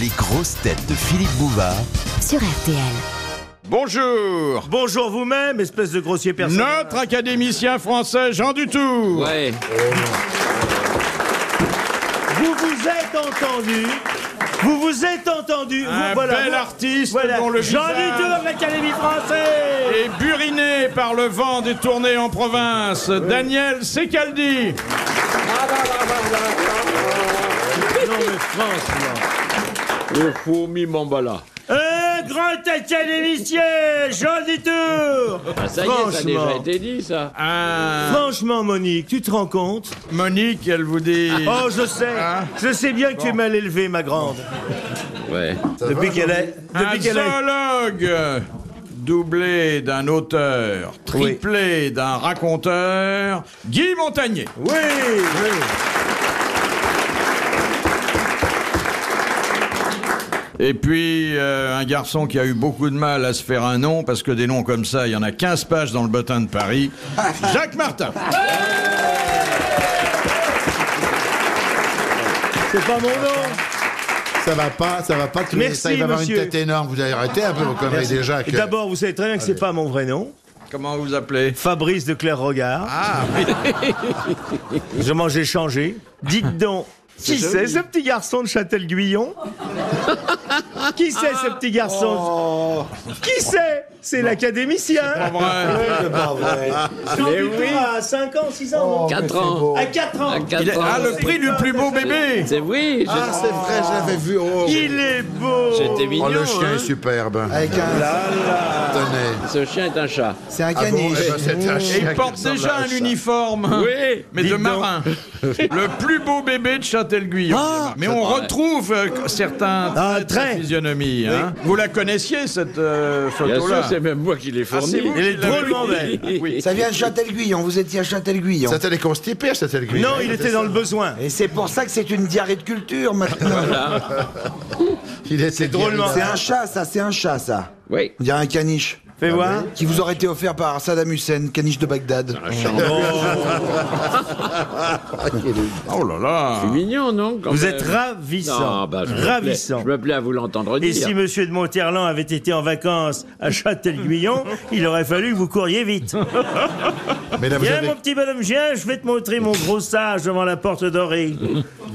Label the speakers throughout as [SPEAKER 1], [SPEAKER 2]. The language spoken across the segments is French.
[SPEAKER 1] Les grosses têtes de Philippe Bouvard
[SPEAKER 2] sur RTL.
[SPEAKER 3] Bonjour
[SPEAKER 4] Bonjour vous-même, espèce de grossier personnage.
[SPEAKER 3] Notre académicien français Jean Dutour
[SPEAKER 5] Ouais.
[SPEAKER 4] Vous vous êtes entendu. Vous vous êtes entendu.
[SPEAKER 3] Un
[SPEAKER 4] vous, Ah, voilà,
[SPEAKER 3] bel
[SPEAKER 4] vous-
[SPEAKER 3] artiste
[SPEAKER 4] voilà.
[SPEAKER 3] dont le
[SPEAKER 4] Jean
[SPEAKER 3] visage
[SPEAKER 4] Dutour, l'Académie française.
[SPEAKER 3] est buriné par le vent des tournées en province. Daniel Secaldi
[SPEAKER 4] Non, mais France,
[SPEAKER 5] Le fourmi Mambala.
[SPEAKER 4] là. Un grand académicien, Jean Dutour.
[SPEAKER 5] Ah, ça y est, ça a déjà
[SPEAKER 4] Franchement.
[SPEAKER 5] été dit, ça.
[SPEAKER 3] Ah,
[SPEAKER 4] Franchement, Monique, tu te rends compte
[SPEAKER 3] Monique, elle vous dit...
[SPEAKER 4] Oh, je sais.
[SPEAKER 3] Hein
[SPEAKER 4] Je sais bien que tu es mal élevée, ma grande.
[SPEAKER 5] Ouais.
[SPEAKER 4] Depuis qu'elle est.
[SPEAKER 3] Un
[SPEAKER 4] Depuis qu'elle est.
[SPEAKER 3] zoologue doublé d'un auteur, triplé d'un raconteur, Guy Montagnier.
[SPEAKER 4] Oui, oui.
[SPEAKER 3] Et puis, euh, un garçon qui a eu beaucoup de mal à se faire un nom, parce que des noms comme ça, il y en a 15 pages dans le bottin de Paris, Jacques Martin.
[SPEAKER 4] C'est pas mon nom.
[SPEAKER 6] Ça va pas, ça va pas. Tous
[SPEAKER 4] Merci,
[SPEAKER 6] ça, il va avoir une
[SPEAKER 4] monsieur.
[SPEAKER 6] tête énorme. Vous allez arrêter un peu vos conneries déjà.
[SPEAKER 4] Et
[SPEAKER 6] Que...
[SPEAKER 4] D'abord, vous savez très bien que c'est pas mon vrai nom.
[SPEAKER 3] Comment vous appelez
[SPEAKER 4] Fabrice de Claire-Regard.
[SPEAKER 3] Ah, oui.
[SPEAKER 4] Je mangeais changé. Dites donc, qui c'est ce petit garçon de Châtel-Guyon Qui c'est ce petit garçon
[SPEAKER 5] Ah.
[SPEAKER 4] Oh. Qui c'est C'est l'académicien hein
[SPEAKER 3] Bref.
[SPEAKER 4] Jean Dutour à 5 ans, 6 ans, non
[SPEAKER 5] 4 ans.
[SPEAKER 4] À 4 ans
[SPEAKER 5] Oh. À 4
[SPEAKER 3] Il
[SPEAKER 5] ans.
[SPEAKER 4] Ah,
[SPEAKER 3] a le prix du plus beau bébé.
[SPEAKER 5] C'est oui, je-
[SPEAKER 6] Ah, c'est vrai, j'avais vu. Oh,
[SPEAKER 4] Il est Ah. beau
[SPEAKER 5] j'étais
[SPEAKER 6] Oh,
[SPEAKER 5] mignon.
[SPEAKER 6] le chien
[SPEAKER 5] hein.
[SPEAKER 6] est superbe. Avec un. Tenez.
[SPEAKER 5] Ce chien est un chat.
[SPEAKER 7] C'est un
[SPEAKER 6] Ah bon,
[SPEAKER 7] caniche.
[SPEAKER 6] eh ben, c'était un chien
[SPEAKER 3] Et il
[SPEAKER 6] qui
[SPEAKER 3] porte
[SPEAKER 6] ressemble
[SPEAKER 3] déjà
[SPEAKER 6] à
[SPEAKER 3] un
[SPEAKER 6] ça.
[SPEAKER 3] uniforme.
[SPEAKER 5] Oui.
[SPEAKER 3] Mais de marin. Le plus beau bébé de Châtel-Guyon. Ah, mais on retrouve euh, certains
[SPEAKER 4] Ah,
[SPEAKER 3] traits de sa
[SPEAKER 4] traits.
[SPEAKER 3] physionomie. hein. Vous la connaissiez, cette euh,
[SPEAKER 5] Bien sûr,
[SPEAKER 3] photo-là
[SPEAKER 5] Ah, c'est même moi qui l'ai fourni.
[SPEAKER 3] c'est vous
[SPEAKER 4] Il est
[SPEAKER 3] qui l'avez
[SPEAKER 4] drôlement Ah,
[SPEAKER 3] pris.
[SPEAKER 4] belle.
[SPEAKER 5] Oui.
[SPEAKER 7] Ça vient de Châtel-Guyon. Vous étiez à Châtel-Guyon.
[SPEAKER 6] C'était les constipés, c'était le gris.
[SPEAKER 4] Non, il était dans le besoin.
[SPEAKER 7] Et c'est pour ça que c'est une diarrhée de culture maintenant.
[SPEAKER 6] Il était
[SPEAKER 4] drôlement.
[SPEAKER 7] C'est un chat, ça. C'est un chat, ça.
[SPEAKER 5] Oui.
[SPEAKER 7] On dirait un caniche.
[SPEAKER 5] Ah
[SPEAKER 4] Fais voir.
[SPEAKER 7] Qui vous aurait été offert par Saddam Hussein, caniche de Bagdad.
[SPEAKER 6] Ah,
[SPEAKER 3] Oh là là.
[SPEAKER 5] Mignon, non quand
[SPEAKER 4] Vous
[SPEAKER 5] même.
[SPEAKER 4] êtes ravissant.
[SPEAKER 5] Ah. Non, bah, je me plais-
[SPEAKER 4] ravissant.
[SPEAKER 5] Je me plais à vous l'entendre
[SPEAKER 4] Et
[SPEAKER 5] dire.
[SPEAKER 4] si Monsieur de Monterland avait été en vacances à Châtel-Guyon, il aurait fallu que vous couriez vite.
[SPEAKER 6] Mais là, vous
[SPEAKER 4] Viens,
[SPEAKER 6] avez-
[SPEAKER 4] mon petit bonhomme, viens, je vais te montrer mon gros sage devant la porte dorée.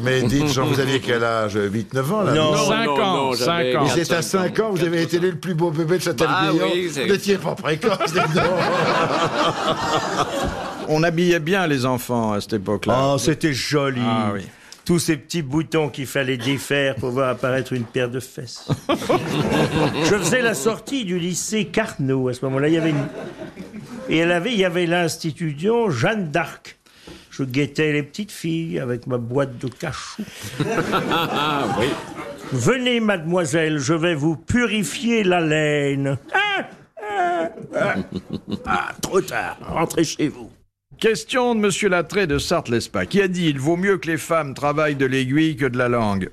[SPEAKER 6] Mais dites, Jean, vous aviez quel âge 8-9 ans, là
[SPEAKER 4] Non.
[SPEAKER 5] Non,
[SPEAKER 3] 5
[SPEAKER 5] non,
[SPEAKER 3] ans,
[SPEAKER 5] non,
[SPEAKER 3] 5
[SPEAKER 5] j'avais-
[SPEAKER 3] ans.
[SPEAKER 6] Vous êtes à 5 ans, vous avez été élu le plus beau bébé de Châtel-Guyon.
[SPEAKER 5] Bah oui, c'est-
[SPEAKER 6] Vous n'étiez pas précoce, dites donc.
[SPEAKER 3] On habillait bien les enfants à cette époque-là.
[SPEAKER 4] Oh, c'était joli.
[SPEAKER 3] Ah oui.
[SPEAKER 4] Tous ces petits boutons qu'il fallait défaire pour voir apparaître une paire de fesses. Je faisais la sortie du lycée Carnot à ce moment-là. Il y avait une... Et elle avait, il y avait l'institution Jeanne d'Arc. Je guettais les petites filles avec ma boîte de cachou.
[SPEAKER 5] Ah oui.
[SPEAKER 4] Venez, mademoiselle, je vais vous purifier la laine. Ah, ah, ah. Ah, trop tard. Rentrez chez vous.
[SPEAKER 3] Question de Monsieur Latré de Sarthe-Lespa, qui a dit Il vaut mieux que les femmes travaillent de l'aiguille que de la langue.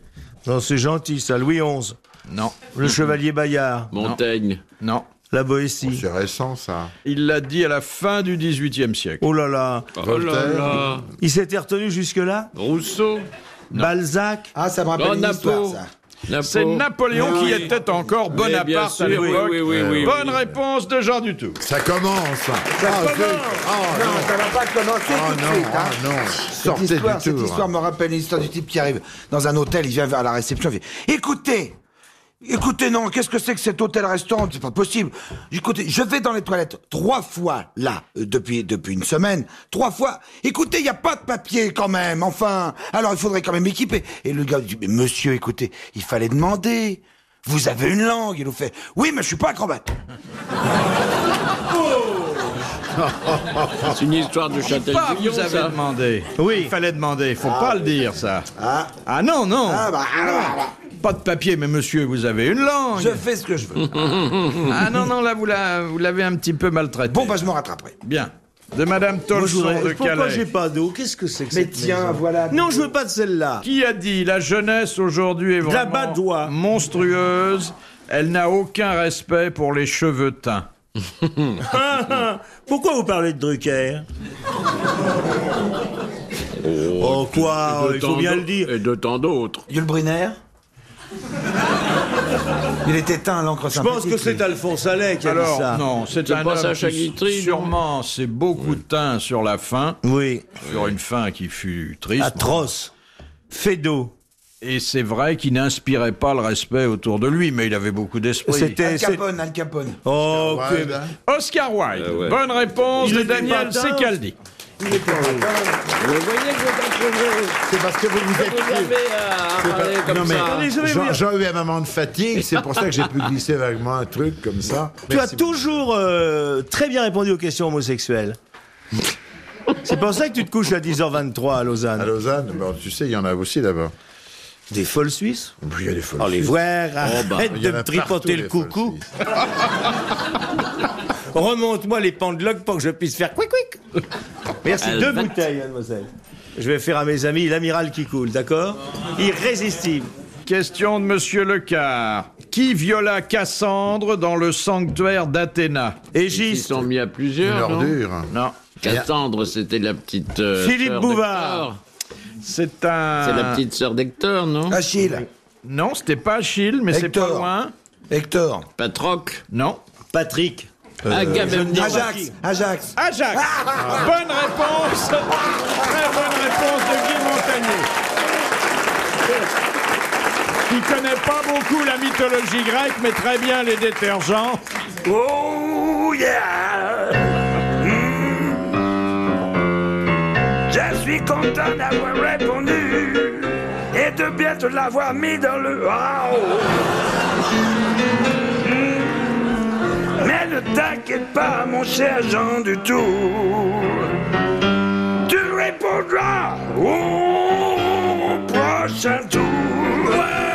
[SPEAKER 4] Non, c'est gentil, ça. Louis XI,
[SPEAKER 3] Non,
[SPEAKER 4] le chevalier Bayard,
[SPEAKER 5] Montaigne.
[SPEAKER 3] non.
[SPEAKER 4] la Boétie.
[SPEAKER 6] C'est récent, ça.
[SPEAKER 3] Il l'a dit à la fin du XVIIIe siècle.
[SPEAKER 4] Oh là là.
[SPEAKER 5] Oh là là.
[SPEAKER 4] Il s'était retenu jusque-là
[SPEAKER 5] Rousseau.
[SPEAKER 4] Balzac
[SPEAKER 7] Ah, ça me rappelle
[SPEAKER 5] Oh,
[SPEAKER 7] une
[SPEAKER 5] Napo.
[SPEAKER 7] histoire, ça.
[SPEAKER 5] Napo.
[SPEAKER 3] C'est Napoléon qui était encore
[SPEAKER 5] Mais Oh. bien
[SPEAKER 3] Bonaparte
[SPEAKER 5] sûr,
[SPEAKER 3] à l'époque.
[SPEAKER 5] oui, oui, oui, oui,
[SPEAKER 3] Bonne
[SPEAKER 5] oui.
[SPEAKER 3] réponse de Jean Dutour.
[SPEAKER 6] Ça commence. Ça
[SPEAKER 7] non, ça va pas commencer
[SPEAKER 6] Oh
[SPEAKER 7] tout
[SPEAKER 6] ah,
[SPEAKER 7] de
[SPEAKER 6] non,
[SPEAKER 7] suite. hein.
[SPEAKER 6] oh non.
[SPEAKER 7] Cette
[SPEAKER 6] Sortez
[SPEAKER 7] histoire,
[SPEAKER 6] du
[SPEAKER 7] cette
[SPEAKER 6] tour.
[SPEAKER 7] histoire me rappelle l'histoire du type qui arrive dans un hôtel, il vient vers la réception, il fait Écoutez Écoutez, non, qu'est-ce que c'est que cet hôtel-restaurant C'est pas possible. Écoutez, je vais dans les toilettes trois fois, là, euh, depuis, depuis une semaine, trois fois. Écoutez, il n'y a pas de papier quand même, enfin. Alors, il faudrait quand même équiper. Et le gars dit, mais monsieur, écoutez, il fallait demander. Vous avez une langue. Il nous fait, oui, mais je suis pas acrobate.
[SPEAKER 5] C'est une histoire de
[SPEAKER 3] Pas
[SPEAKER 5] Châtel-Guyon,
[SPEAKER 3] vous avez
[SPEAKER 5] ça.
[SPEAKER 3] demandé.
[SPEAKER 4] Oui.
[SPEAKER 3] Il fallait demander. Faut pas le dire, ça.
[SPEAKER 7] Ah,
[SPEAKER 3] Ah non, non.
[SPEAKER 7] ah, bah, ah, bah, bah.
[SPEAKER 3] Pas de papier, mais monsieur, vous avez une langue.
[SPEAKER 7] Je fais ce que je veux.
[SPEAKER 3] Ah non, non, là, vous la- vous l'avez un petit peu maltraité.
[SPEAKER 7] Bon, bah, je me rattraperai.
[SPEAKER 3] Bien. De Madame Tolson de
[SPEAKER 4] Pourquoi
[SPEAKER 3] Calais.
[SPEAKER 4] j'ai pas d'eau Qu'est-ce que c'est que
[SPEAKER 7] Mais
[SPEAKER 4] cette
[SPEAKER 7] tiens,
[SPEAKER 4] maison
[SPEAKER 7] voilà.
[SPEAKER 4] Non, je veux pas de celle-là.
[SPEAKER 3] Qui a dit la jeunesse aujourd'hui est
[SPEAKER 4] La
[SPEAKER 3] vraiment
[SPEAKER 4] Badoie.
[SPEAKER 3] monstrueuse Elle n'a aucun respect pour les cheveux teints.
[SPEAKER 4] Ah, ah, Pourquoi vous parlez de Drucker Oh, quoi
[SPEAKER 5] De
[SPEAKER 4] Il
[SPEAKER 5] tant
[SPEAKER 4] faut bien Oh,
[SPEAKER 5] d'au- Oh,
[SPEAKER 4] le dire. Eh,
[SPEAKER 5] Et de tant d'autres.
[SPEAKER 7] Yul Brynner Il était teint à l'encre
[SPEAKER 4] Je pense que c'est Alphonse Allais Eh, qui a
[SPEAKER 3] Alors,
[SPEAKER 4] dit ça.
[SPEAKER 3] non, c'est
[SPEAKER 5] Je
[SPEAKER 3] un
[SPEAKER 5] pense
[SPEAKER 3] homme
[SPEAKER 5] à Jacques
[SPEAKER 3] qui
[SPEAKER 5] Guitry, non
[SPEAKER 3] Sûrement, c'est beaucoup de teint sur la fin,
[SPEAKER 4] Oui.
[SPEAKER 3] sur une fin qui fut triste.
[SPEAKER 4] Atroce. Fédo.
[SPEAKER 3] Et c'est vrai qu'il n'inspirait pas le respect autour de lui, mais il avait beaucoup d'esprit.
[SPEAKER 4] C'était.
[SPEAKER 7] Al
[SPEAKER 4] c'est-
[SPEAKER 7] Capone, Al Capone.
[SPEAKER 4] Oh, que-
[SPEAKER 6] Ouais, ben.
[SPEAKER 3] Oscar Wilde.
[SPEAKER 5] Ah
[SPEAKER 3] Bonne réponse
[SPEAKER 4] Il
[SPEAKER 3] de
[SPEAKER 4] était
[SPEAKER 3] Daniel
[SPEAKER 4] pas teint.
[SPEAKER 3] Secaldi.
[SPEAKER 5] Vous voyez que vous
[SPEAKER 6] C'est parce que vous vous êtes.
[SPEAKER 5] Vous avez euh, à parler comme
[SPEAKER 6] Non, mais
[SPEAKER 5] ça.
[SPEAKER 8] Allez, je vais vous
[SPEAKER 6] Jean-
[SPEAKER 8] dire-
[SPEAKER 6] Jean a eu un moment de fatigue, c'est pour ça que j'ai pu glisser vaguement un truc comme ça.
[SPEAKER 4] Tu as toujours euh, très bien répondu aux questions homosexuelles. C'est pour ça que tu te couches à 10h23 à Lausanne.
[SPEAKER 6] À Lausanne, bon, tu sais, il y en a aussi là-bas.
[SPEAKER 4] Des folles suisses
[SPEAKER 6] Il y a des folles.
[SPEAKER 4] Oh les frères,
[SPEAKER 5] bah,
[SPEAKER 4] arrête
[SPEAKER 6] Il y
[SPEAKER 4] de
[SPEAKER 6] en
[SPEAKER 4] me
[SPEAKER 6] a partout,
[SPEAKER 4] tripoter
[SPEAKER 6] les
[SPEAKER 4] le
[SPEAKER 6] folles
[SPEAKER 4] coucou.
[SPEAKER 6] suisses.
[SPEAKER 4] Remonte-moi les pans de log pour que je puisse faire quick quick. Merci,
[SPEAKER 5] Elle
[SPEAKER 4] deux
[SPEAKER 5] va-
[SPEAKER 4] bouteilles, mademoiselle. Je vais faire à mes amis l'amiral qui coule, d'accord Irrésistible.
[SPEAKER 3] Question de Monsieur Lecard. Qui viola Cassandre dans le sanctuaire d'Athéna
[SPEAKER 5] Ils
[SPEAKER 4] Égis,
[SPEAKER 5] sont mis à
[SPEAKER 6] Une
[SPEAKER 4] Ah
[SPEAKER 5] plusieurs. non
[SPEAKER 6] ordure.
[SPEAKER 3] Non.
[SPEAKER 5] Cassandre, c'était la petite. euh,
[SPEAKER 4] Philippe
[SPEAKER 5] sœur
[SPEAKER 4] Bouvard.
[SPEAKER 5] d'Hector.
[SPEAKER 3] C'est un.
[SPEAKER 5] C'est
[SPEAKER 4] Ah.
[SPEAKER 5] la petite sœur d'Hector, non
[SPEAKER 7] Achille,
[SPEAKER 3] Non, c'était pas Achille, mais c'est pas
[SPEAKER 7] Hector.
[SPEAKER 3] loin.
[SPEAKER 7] Hector,
[SPEAKER 5] Patroc. Ah,
[SPEAKER 3] Non.
[SPEAKER 4] Patrick.
[SPEAKER 5] Agamemnon.
[SPEAKER 7] Ajax, Ajax.
[SPEAKER 3] Ajax.
[SPEAKER 5] Ah.
[SPEAKER 3] Bonne réponse. Très bonne réponse de Guy Montagnier. Qui connaît pas beaucoup la mythologie grecque, mais très bien les détergents.
[SPEAKER 9] Oh yeah Mm. Je suis content d'avoir répondu et de bien te l'avoir mis dans le haut. Mm. Mais ne t'inquiète pas, mon cher Jean du tout. Tu répondras au prochain tour. Ouais.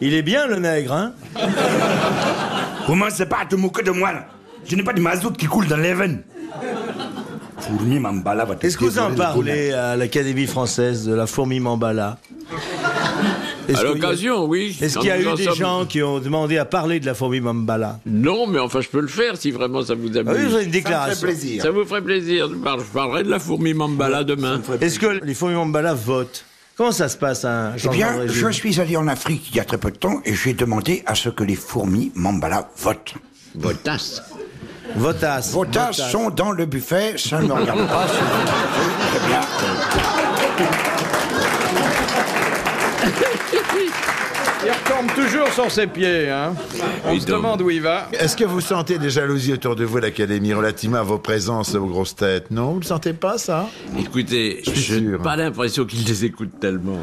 [SPEAKER 4] Il est bien le nègre, hein
[SPEAKER 9] Commence pas à te moquer de moi. là. Je n'ai pas de mazout qui coule dans les veines. Fourmi Mambala va te
[SPEAKER 4] Est-ce que vous en
[SPEAKER 9] dévorer le
[SPEAKER 4] parlez à l'Académie française de la fourmi Mambala Est-ce
[SPEAKER 5] À
[SPEAKER 4] qu'il y a-
[SPEAKER 5] l'occasion, oui.
[SPEAKER 4] Est-ce qu'il y a
[SPEAKER 5] Nous
[SPEAKER 4] eu
[SPEAKER 5] en
[SPEAKER 4] des
[SPEAKER 5] sommes-
[SPEAKER 4] gens qui ont demandé à parler de la fourmi Mambala
[SPEAKER 5] Non, mais enfin, je peux le faire si vraiment ça vous
[SPEAKER 4] Ah Oui, vous
[SPEAKER 5] amuse.
[SPEAKER 4] avez une déclaration.
[SPEAKER 6] plaisir.
[SPEAKER 5] Ça vous ferait plaisir. Je par- je parlerai de la fourmi Mambala demain.
[SPEAKER 4] Est-ce que les fourmis Mambala votent Comment ça se passe, un
[SPEAKER 7] Eh
[SPEAKER 4] changement de
[SPEAKER 7] bien,
[SPEAKER 4] régime
[SPEAKER 7] je suis allé en Afrique il y a très peu de temps et j'ai demandé à ce que les fourmis Mambala votent.
[SPEAKER 5] Votasse.
[SPEAKER 4] Votasse.
[SPEAKER 7] Vos tasses
[SPEAKER 4] Votasse.
[SPEAKER 7] sont dans le buffet, ça ne me regarde pas. c'est bon. Très bien.
[SPEAKER 3] Il retombe toujours sur ses pieds. Hein. On
[SPEAKER 5] Oui,
[SPEAKER 3] se
[SPEAKER 5] donc.
[SPEAKER 3] demande où il va.
[SPEAKER 6] Est-ce que vous sentez des jalousies autour de vous à l'Académie relativement à vos présences, aux grosses têtes Non, vous ne le sentez pas ça
[SPEAKER 5] Écoutez,
[SPEAKER 6] suis
[SPEAKER 5] je n'ai
[SPEAKER 6] sûr.
[SPEAKER 5] pas l'impression qu'ils les écoutent tellement.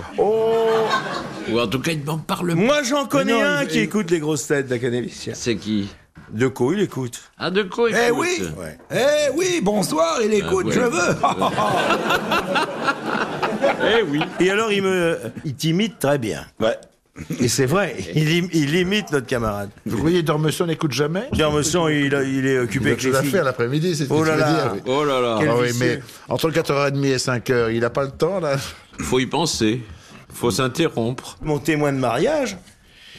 [SPEAKER 5] Ou en tout cas, ils m'en parlent moins.
[SPEAKER 4] Oh. Moi, j'en connais
[SPEAKER 5] Mais non,
[SPEAKER 4] un
[SPEAKER 5] il-
[SPEAKER 4] qui
[SPEAKER 5] il-
[SPEAKER 4] écoute les grosses têtes d'académicien.
[SPEAKER 5] C'est qui
[SPEAKER 4] De quoi il écoute
[SPEAKER 5] Ah, de quoi
[SPEAKER 7] Eh
[SPEAKER 5] écoute
[SPEAKER 7] oui Eh oui, bonsoir, il écoute,
[SPEAKER 5] Ah, ouais.
[SPEAKER 7] je veux
[SPEAKER 4] Et alors, il me, il t'imite très bien.
[SPEAKER 7] Ouais.
[SPEAKER 4] Et c'est vrai, il, im- il imite notre camarade.
[SPEAKER 6] Vous croyez Dormesson n'écoute jamais
[SPEAKER 4] Dormesson, il, a- il est
[SPEAKER 6] Il
[SPEAKER 4] occupé
[SPEAKER 6] a
[SPEAKER 4] avec les
[SPEAKER 6] choses à
[SPEAKER 4] filles.
[SPEAKER 6] faire l'après-midi, c'est ce que
[SPEAKER 4] Oh
[SPEAKER 6] tu
[SPEAKER 4] là
[SPEAKER 6] veux
[SPEAKER 4] là.
[SPEAKER 6] dire, oui.
[SPEAKER 5] Oh là là,
[SPEAKER 4] Quel
[SPEAKER 6] Ah oui,
[SPEAKER 4] vicieux. Ah
[SPEAKER 6] mais entre 4h30 et 5h, il n'a pas le temps, là
[SPEAKER 5] faut y penser. Faut s'interrompre.
[SPEAKER 4] Mon témoin de mariage,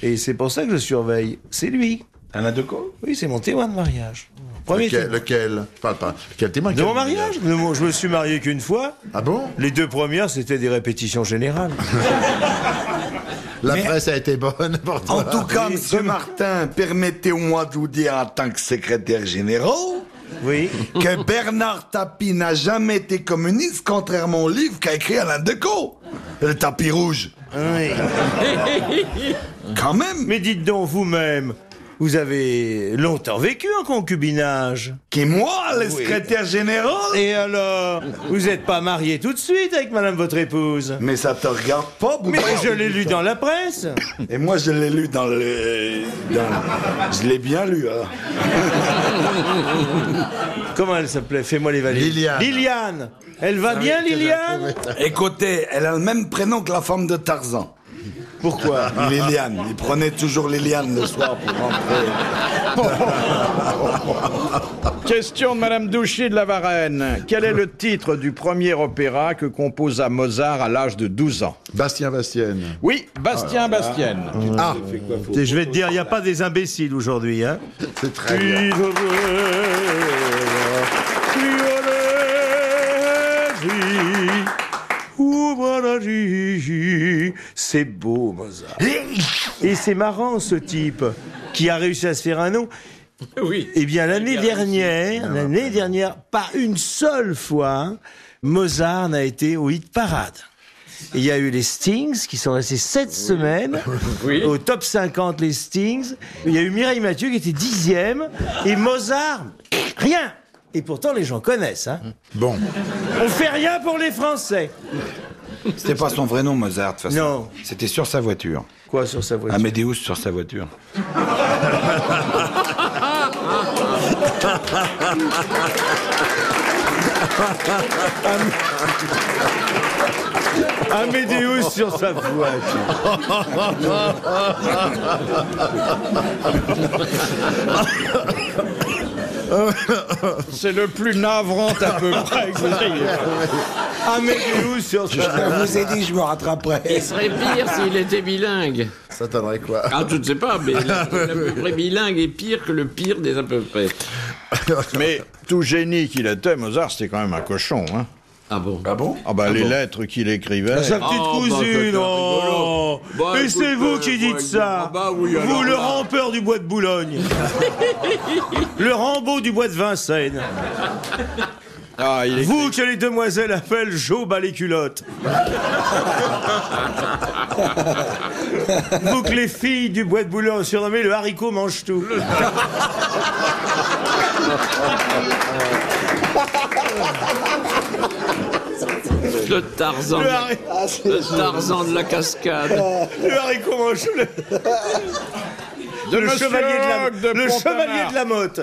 [SPEAKER 4] et c'est pour ça que je surveille, c'est lui. Alain Decaux Oui, c'est mon témoin de mariage. Premier
[SPEAKER 6] Lequel,
[SPEAKER 4] témoin.
[SPEAKER 6] lequel Parle pas. Quel témoin
[SPEAKER 4] De
[SPEAKER 6] quel-
[SPEAKER 4] mon mariage de mon- Je me suis marié qu'une fois.
[SPEAKER 6] Ah bon
[SPEAKER 4] Les deux premières, c'était des répétitions générales.
[SPEAKER 6] La presse a été bonne pour toi.
[SPEAKER 10] En tout cas, Monsieur Martin, permettez-moi de vous dire en tant que secrétaire général
[SPEAKER 4] Oui.
[SPEAKER 10] que Bernard Tapie n'a jamais été communiste, contrairement au livre qu'a écrit Alain Decaux. Le tapis rouge.
[SPEAKER 4] oui.
[SPEAKER 10] Quand même.
[SPEAKER 4] Mais dites donc vous-même, vous avez longtemps vécu en concubinage.
[SPEAKER 10] Qui moi, le secrétaire général
[SPEAKER 4] Et alors Vous n'êtes pas marié tout de suite avec madame votre épouse
[SPEAKER 10] Mais ça te regarde pas,
[SPEAKER 4] Mais
[SPEAKER 10] Bouvard.
[SPEAKER 4] je l'ai lu dans la presse
[SPEAKER 10] Et moi, je l'ai lu dans le... dans- Je l'ai bien lu, hein.
[SPEAKER 4] Comment elle s'appelait Fais-moi les valises.
[SPEAKER 6] Liliane.
[SPEAKER 4] Liliane Elle va bien, Liliane
[SPEAKER 10] Écoutez, elle a le même prénom que la femme de Tarzan.
[SPEAKER 4] Pourquoi
[SPEAKER 10] Les lianes. Il prenait toujours les lianes le soir pour rentrer.
[SPEAKER 3] Question de Madame Douchy de la Varenne. Quel est le titre du premier opéra que composa Mozart à l'âge de 12 ans
[SPEAKER 6] Bastien Bastienne.
[SPEAKER 3] Oui, Bastien Bastienne.
[SPEAKER 6] Ah,
[SPEAKER 4] Et Je vais te dire, il n'y a pas des imbéciles aujourd'hui. Hein
[SPEAKER 6] c'est très bien.
[SPEAKER 4] C'est beau, Mozart. Et c'est marrant, ce type qui a réussi à se faire un nom.
[SPEAKER 5] Oui.
[SPEAKER 4] Eh bien, l'année dernière, l'année dernière, pas une seule fois, Mozart n'a été au hit parade. Et Il y a eu les Stings qui sont restés sept semaines. Au top 50, les Stings. Il y a eu Mireille Mathieu qui était dixième. Et Mozart, rien. Et pourtant, les gens connaissent. Hein.
[SPEAKER 6] Bon.
[SPEAKER 4] On fait rien pour les Français.
[SPEAKER 7] C'était pas son vrai nom, Mozart, de toute façon.
[SPEAKER 4] Non.
[SPEAKER 7] C'était sur sa voiture.
[SPEAKER 4] Quoi sur sa voiture
[SPEAKER 7] Amédéus sur sa voiture.
[SPEAKER 4] Amédéus sur sa voiture.
[SPEAKER 3] C'est le plus navrant à peu près que vous ayez.
[SPEAKER 4] Amédéus sur sa voiture.
[SPEAKER 7] Je vous ai dit, je me rattraperai.
[SPEAKER 5] Il serait pire s'il était bilingue.
[SPEAKER 6] Ça t'aimerait quoi
[SPEAKER 5] Ah, je ne sais pas, mais l'à peu près bilingue est pire que le pire des à peu près.
[SPEAKER 3] Mais tout génie qu'il était, Mozart, c'était quand même un cochon. Hein.
[SPEAKER 5] Ah bon
[SPEAKER 3] Ah bah, les lettres qu'il écrivait.
[SPEAKER 4] Sa petite
[SPEAKER 5] Oh, bah,
[SPEAKER 4] cousine,
[SPEAKER 5] t'es un
[SPEAKER 4] oh.
[SPEAKER 5] rigolo. Bah,
[SPEAKER 4] Et c'est
[SPEAKER 5] écoute,
[SPEAKER 4] vous
[SPEAKER 5] euh,
[SPEAKER 4] qui
[SPEAKER 5] bah,
[SPEAKER 4] dites
[SPEAKER 5] écoute,
[SPEAKER 4] ça
[SPEAKER 5] ah bah oui,
[SPEAKER 4] Vous,
[SPEAKER 5] alors
[SPEAKER 4] le
[SPEAKER 5] là.
[SPEAKER 4] rampeur du bois de Boulogne Le Rambo du bois de Vincennes
[SPEAKER 3] Ah, il est-
[SPEAKER 4] Vous que les demoiselles appellent Joe bas les culottes Vous que les filles du bois de Boulogne surnommez le haricot mange tout
[SPEAKER 5] Le Tarzan.
[SPEAKER 4] Le, hari-
[SPEAKER 7] Ah,
[SPEAKER 5] Le Tarzan de la cascade.
[SPEAKER 4] le haricot mange tout Le,
[SPEAKER 3] de
[SPEAKER 4] le
[SPEAKER 3] Monsieur
[SPEAKER 4] chevalier de la,
[SPEAKER 3] Hoc
[SPEAKER 4] le
[SPEAKER 3] Pontarnard.
[SPEAKER 4] chevalier de la motte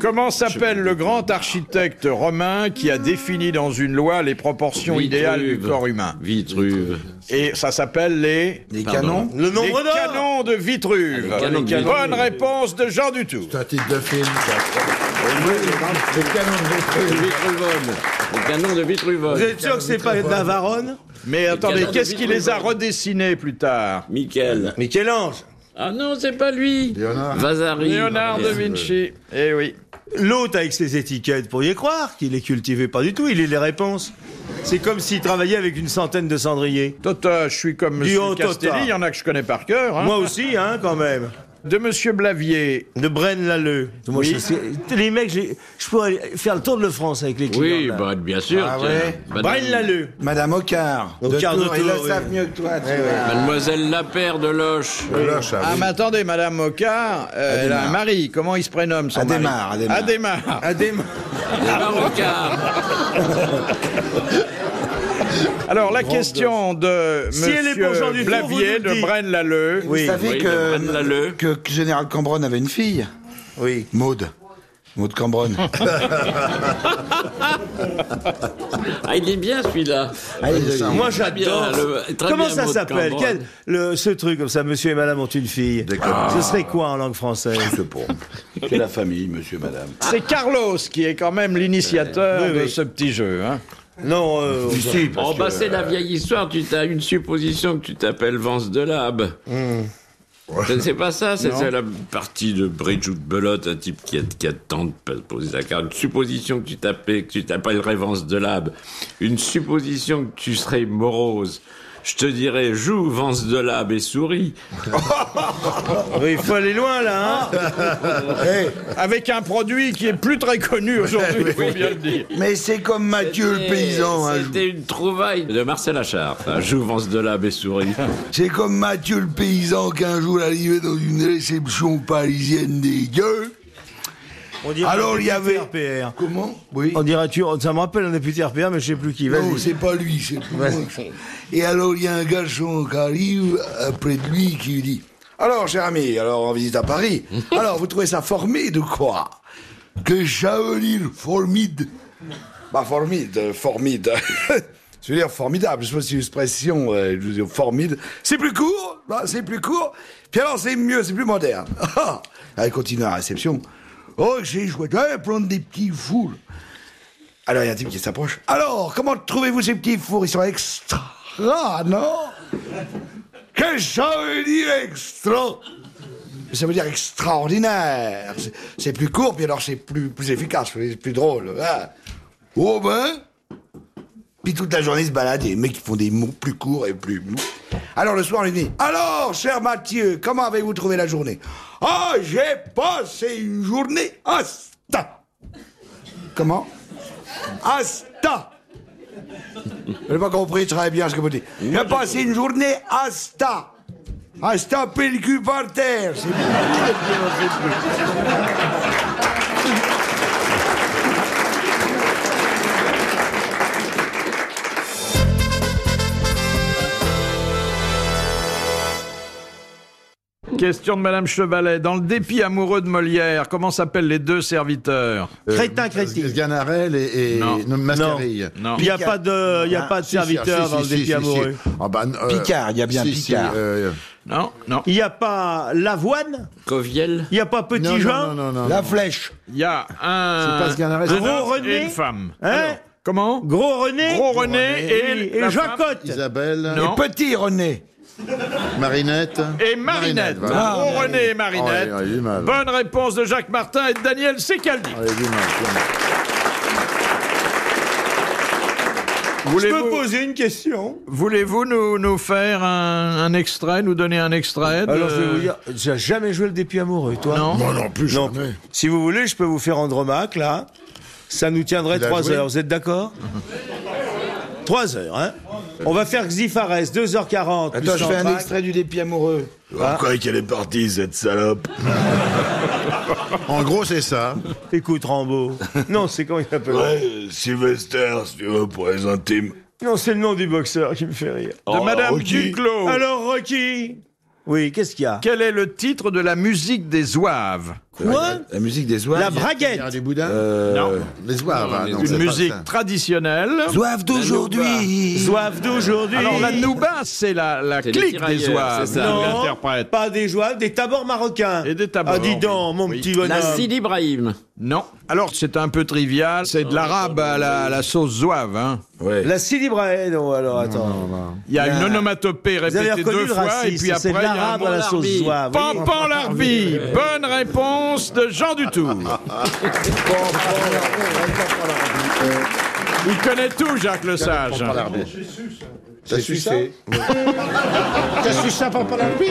[SPEAKER 3] Comment s'appelle le grand architecte romain qui a défini dans une loi les proportions idéales du corps humain
[SPEAKER 5] Vitruve.
[SPEAKER 3] Et ça s'appelle les...
[SPEAKER 7] Les
[SPEAKER 5] Pardon.
[SPEAKER 7] canons
[SPEAKER 4] Le
[SPEAKER 3] Les
[SPEAKER 4] nombre d'or
[SPEAKER 3] canons de Vitruve.
[SPEAKER 5] Ah, les canons de Vitruve.
[SPEAKER 3] Bonne réponse de Jean Dutour.
[SPEAKER 6] C'est un titre de film, ça. Le canon de Vétrus.
[SPEAKER 5] Vitruvone. Le canon de
[SPEAKER 4] Vous
[SPEAKER 5] Vitruvone.
[SPEAKER 4] êtes sûr que c'est pas Navarone
[SPEAKER 3] Mais attendez,
[SPEAKER 5] canons de
[SPEAKER 3] qu'est-ce qui
[SPEAKER 5] Vitruve.
[SPEAKER 3] les a redessinés plus tard
[SPEAKER 5] Michael.
[SPEAKER 4] Michel-Ange
[SPEAKER 5] Ah non, c'est pas lui.
[SPEAKER 6] Léonard.
[SPEAKER 5] Vasari.
[SPEAKER 3] Léonard de Vinci. Eh oui.
[SPEAKER 4] L'autre avec ses étiquettes, pourriez croire qu'il les cultivait pas du tout, il lit les réponses. C'est comme s'il travaillait avec une centaine de cendriers.
[SPEAKER 3] Tota, je suis comme
[SPEAKER 4] Dis
[SPEAKER 3] Monsieur
[SPEAKER 4] donc, Tota.
[SPEAKER 3] Castelli, il y en a que je connais par cœur. hein.
[SPEAKER 4] Moi aussi, hein, quand même.
[SPEAKER 3] De Monsieur Blavier.
[SPEAKER 4] De Bren Lalleux. Moi,
[SPEAKER 3] Oui.
[SPEAKER 4] je sais- les mecs, j'ai- je pourrais aller faire le tour de France avec les clients.
[SPEAKER 5] Oui,
[SPEAKER 4] là.
[SPEAKER 5] bah, bien sûr.
[SPEAKER 7] Ah
[SPEAKER 5] tiens. Bah,
[SPEAKER 7] ouais.
[SPEAKER 5] Madame-
[SPEAKER 4] Bren Lalleux.
[SPEAKER 7] Madame Ocard.
[SPEAKER 4] Ocar de
[SPEAKER 7] Ils
[SPEAKER 4] Tours,
[SPEAKER 7] le
[SPEAKER 4] oui.
[SPEAKER 7] savent mieux que toi, tu vois.
[SPEAKER 5] Mademoiselle Lapère de Loche.
[SPEAKER 6] Là, Charles.
[SPEAKER 3] Ah, mais attendez, Madame Mocard, euh, elle a un mari. Comment il se prénomme son
[SPEAKER 7] Adhémar,
[SPEAKER 3] mari
[SPEAKER 7] Adhémar.
[SPEAKER 3] Adhémar.
[SPEAKER 7] Ah
[SPEAKER 5] Léonard Rocard.
[SPEAKER 3] Alors, la question de
[SPEAKER 4] Si elle est pour Jean
[SPEAKER 3] Monsieur
[SPEAKER 4] Dutour,
[SPEAKER 3] Blavier
[SPEAKER 4] vous nous le
[SPEAKER 3] de
[SPEAKER 4] dites.
[SPEAKER 3] Braine-l'Alleud.
[SPEAKER 7] Vous savez
[SPEAKER 5] Oui, de Bren
[SPEAKER 7] que,
[SPEAKER 5] Lalleux.
[SPEAKER 7] que, que Général Cambronne avait une fille
[SPEAKER 4] Oui.
[SPEAKER 7] Maude. Maude Cambronne.
[SPEAKER 5] Ah, il est bien celui-là.
[SPEAKER 7] Ah
[SPEAKER 4] Moi,
[SPEAKER 5] bien,
[SPEAKER 4] j'adore.
[SPEAKER 5] le- très
[SPEAKER 4] Comment
[SPEAKER 5] bien,
[SPEAKER 4] ça
[SPEAKER 5] Maud
[SPEAKER 4] s'appelle
[SPEAKER 5] Cambron.
[SPEAKER 4] Quel- le- Ce truc comme ça, monsieur et madame ont une fille. Ce serait quoi en langue française
[SPEAKER 10] C'est la famille, monsieur, madame.
[SPEAKER 3] C'est Carlos qui est quand même l'initiateur
[SPEAKER 4] Oui, oui.
[SPEAKER 3] de ce petit jeu. hein.
[SPEAKER 4] Non, euh,
[SPEAKER 5] Oh, bah, c'est
[SPEAKER 7] euh,
[SPEAKER 5] la vieille histoire. Tu as une supposition que tu t'appelles Vance Delab.
[SPEAKER 7] Hmm.
[SPEAKER 5] C'est pas ça, c'est c'est la partie de Bridge ou de Belote, un type qui a, qui a tant de pa- poser sa carte. Une supposition que tu t'appelles- que tu t'appellerais Vance Delab. Une supposition que tu serais morose. Je te dirais, joue Vance Delab et souris.
[SPEAKER 4] il faut aller loin, là. hein.
[SPEAKER 3] Avec un produit qui est plus très connu aujourd'hui, il faut bien le dire.
[SPEAKER 7] Mais c'est comme Mathieu le
[SPEAKER 5] Et
[SPEAKER 7] paysan. un jour.
[SPEAKER 5] C'était une trouvaille de Marcel hein, Achard, ça, joue Vance Delab et souris.
[SPEAKER 10] C'est comme Mathieu le paysan qu'un jour arrivé dans une réception parisienne des gueux.
[SPEAKER 4] On dirait
[SPEAKER 10] Alors,
[SPEAKER 4] un
[SPEAKER 10] il y
[SPEAKER 4] député
[SPEAKER 10] avait-
[SPEAKER 4] RPR.
[SPEAKER 10] Comment Oui.
[SPEAKER 4] On dirait, tu, ça me rappelle un député RPR, mais je sais plus qui.
[SPEAKER 10] Non,
[SPEAKER 4] Vas-y.
[SPEAKER 10] c'est pas lui, c'est plus moi. Et alors, il y a un garçon qui arrive après de lui qui lui dit Alors, cher ami, alors en visite à Paris, alors vous trouvez ça formide ou quoi Que Chavelir formide Bah, formide, formide. Je veux dire, formidable. Je sais pas si l'expression, euh, je veux dire, formidable. C'est plus court, là, c'est plus court. Puis alors, c'est mieux, c'est plus moderne. Ah, Elle continue à la réception. Oh, j'ai joué, eh, prendre des petits foules. Alors, il y a un type qui s'approche. Alors, comment trouvez-vous ces petits fours Ils sont extra, non Qu'est-ce que ça veut dire extra
[SPEAKER 7] Ça veut dire extraordinaire.
[SPEAKER 10] C'est- C'est plus court, puis alors c'est plus, plus efficace, c'est plus drôle. Ah. Oh ben
[SPEAKER 7] Puis toute la journée, ils se baladent et les mecs qui font des mots plus courts et plus...
[SPEAKER 10] Alors le soir, on lui dit Alors, cher Mathieu, comment avez-vous trouvé la journée Ah, j'ai passé une journée asta
[SPEAKER 7] Comment
[SPEAKER 10] Asta Je n'ai pas compris très bien ce que vous dites. J'ai passé une journée asta À Ah, se taper le cul par terre c'est bien.
[SPEAKER 3] Question de Madame Chevalet. Dans le dépit amoureux de Molière, comment s'appellent les deux serviteurs
[SPEAKER 4] Crétin,
[SPEAKER 6] Euh,
[SPEAKER 4] crétin.
[SPEAKER 6] Ganarelle et, et
[SPEAKER 3] Non.
[SPEAKER 6] Mascarille.
[SPEAKER 3] Non.
[SPEAKER 4] Il n'y a pas de, il y a
[SPEAKER 6] Ah,
[SPEAKER 4] pas de
[SPEAKER 6] si, si,
[SPEAKER 4] serviteur
[SPEAKER 6] si,
[SPEAKER 4] dans
[SPEAKER 6] si,
[SPEAKER 4] le
[SPEAKER 6] si,
[SPEAKER 4] dépit
[SPEAKER 6] si,
[SPEAKER 4] amoureux.
[SPEAKER 6] si. Ah bah, euh,
[SPEAKER 7] Picard, il y a bien
[SPEAKER 6] si, si,
[SPEAKER 7] Picard.
[SPEAKER 6] euh,
[SPEAKER 3] Non, non.
[SPEAKER 4] Il n'y a pas l'avoine,
[SPEAKER 5] Coviel
[SPEAKER 4] il n'y a pas
[SPEAKER 6] non,
[SPEAKER 4] petit
[SPEAKER 6] non,
[SPEAKER 4] Jean,
[SPEAKER 6] non, non, non,
[SPEAKER 7] La
[SPEAKER 6] non.
[SPEAKER 7] flèche.
[SPEAKER 3] Il y a un.
[SPEAKER 6] C'est pas ce qu'il y en a raison.
[SPEAKER 3] un
[SPEAKER 4] Gros
[SPEAKER 3] homme
[SPEAKER 4] René
[SPEAKER 3] et une femme.
[SPEAKER 4] Hein
[SPEAKER 3] Alors, Comment
[SPEAKER 4] gros René,
[SPEAKER 3] Gros René
[SPEAKER 4] et,
[SPEAKER 3] et, la femme.
[SPEAKER 4] Jacotte.
[SPEAKER 6] Isabelle,
[SPEAKER 3] Non.
[SPEAKER 7] Petit René.
[SPEAKER 6] Marinette.
[SPEAKER 3] Et Marinette. Ah.
[SPEAKER 6] voilà.
[SPEAKER 3] Gros René et Marinette.
[SPEAKER 6] Oh, il- il est mal.
[SPEAKER 3] Bonne réponse de Jacques Martin et de Daniel Secaldi.
[SPEAKER 6] Allez, dis-moi, tiens.
[SPEAKER 4] Je peux
[SPEAKER 3] Voulez-vous
[SPEAKER 4] poser une question
[SPEAKER 3] voulez nous, nous faire un, un extrait, nous donner un extrait de-
[SPEAKER 4] Alors je vais vous dire, tu n'as jamais joué le dépit amoureux, toi
[SPEAKER 3] Non.
[SPEAKER 6] Moi non plus,
[SPEAKER 4] Non.
[SPEAKER 6] jamais.
[SPEAKER 4] Si vous voulez, je peux vous faire Andromaque, là. Ça nous tiendrait
[SPEAKER 6] Il a
[SPEAKER 4] trois
[SPEAKER 6] joué
[SPEAKER 4] heures, vous êtes d'accord Trois heures, hein On va faire Xifares, 2h40.
[SPEAKER 7] Attends, je fais un extrait du dépit amoureux.
[SPEAKER 10] Pourquoi qu'elle est partie, cette salope
[SPEAKER 6] En gros, c'est ça.
[SPEAKER 4] Écoute, Rambo. non, c'est comment il s'appelle
[SPEAKER 10] Ouais, Sylvester, si tu veux, pour les intimes.
[SPEAKER 4] Non, c'est le nom du boxeur qui me fait rire.
[SPEAKER 3] de Madame
[SPEAKER 10] ok.
[SPEAKER 3] Duclos.
[SPEAKER 4] Oh, Alors, Rocky Oui, qu'est-ce qu'il y a
[SPEAKER 3] Quel est le titre de la musique des Zouaves
[SPEAKER 4] Quoi
[SPEAKER 6] La musique des oies.
[SPEAKER 4] La
[SPEAKER 6] Il y a
[SPEAKER 4] braguette
[SPEAKER 6] des boudins
[SPEAKER 3] Non.
[SPEAKER 6] Les oies,
[SPEAKER 5] Non,
[SPEAKER 6] ah,
[SPEAKER 5] les
[SPEAKER 6] non,
[SPEAKER 5] boudins.
[SPEAKER 6] c'est
[SPEAKER 3] Une
[SPEAKER 6] pas
[SPEAKER 3] musique
[SPEAKER 6] ça.
[SPEAKER 3] traditionnelle.
[SPEAKER 7] Zouave d'aujourd'hui.
[SPEAKER 4] Zouave d'aujourd'hui
[SPEAKER 3] Alors la Nouba, c'est la, la
[SPEAKER 5] C'est les
[SPEAKER 3] clique des
[SPEAKER 5] tirailleurs,
[SPEAKER 3] Zouaves.
[SPEAKER 5] c'est ça.
[SPEAKER 3] qui
[SPEAKER 4] Non,
[SPEAKER 3] l'interprète.
[SPEAKER 4] pas des joies, des tabords marocains.
[SPEAKER 3] Et des tabords,
[SPEAKER 4] Ah, dis donc,
[SPEAKER 3] oui.
[SPEAKER 4] mon
[SPEAKER 3] Oui.
[SPEAKER 4] petit bonhomme.
[SPEAKER 5] Nassil Ibrahim.
[SPEAKER 3] Non. Alors c'est un peu trivial. C'est de l'arabe à la, à la sauce Zouave. hein.
[SPEAKER 4] La Silibrae, non, alors attends.
[SPEAKER 3] Il y a une onomatopée
[SPEAKER 4] Vous avez
[SPEAKER 3] répétée
[SPEAKER 4] reconnu
[SPEAKER 3] deux
[SPEAKER 4] le
[SPEAKER 3] fois et
[SPEAKER 4] racisme,
[SPEAKER 3] puis
[SPEAKER 4] c'est
[SPEAKER 3] après
[SPEAKER 4] de
[SPEAKER 3] il y a un
[SPEAKER 4] l'arabe à la
[SPEAKER 3] mot-
[SPEAKER 4] sauce
[SPEAKER 5] larbi.
[SPEAKER 3] Ah
[SPEAKER 4] zouave. vous voyez
[SPEAKER 3] Pampan Larbi. Bonne réponse de Jean Dutour. Il connaît tout, Jacques Le Sage.
[SPEAKER 6] T'as su ça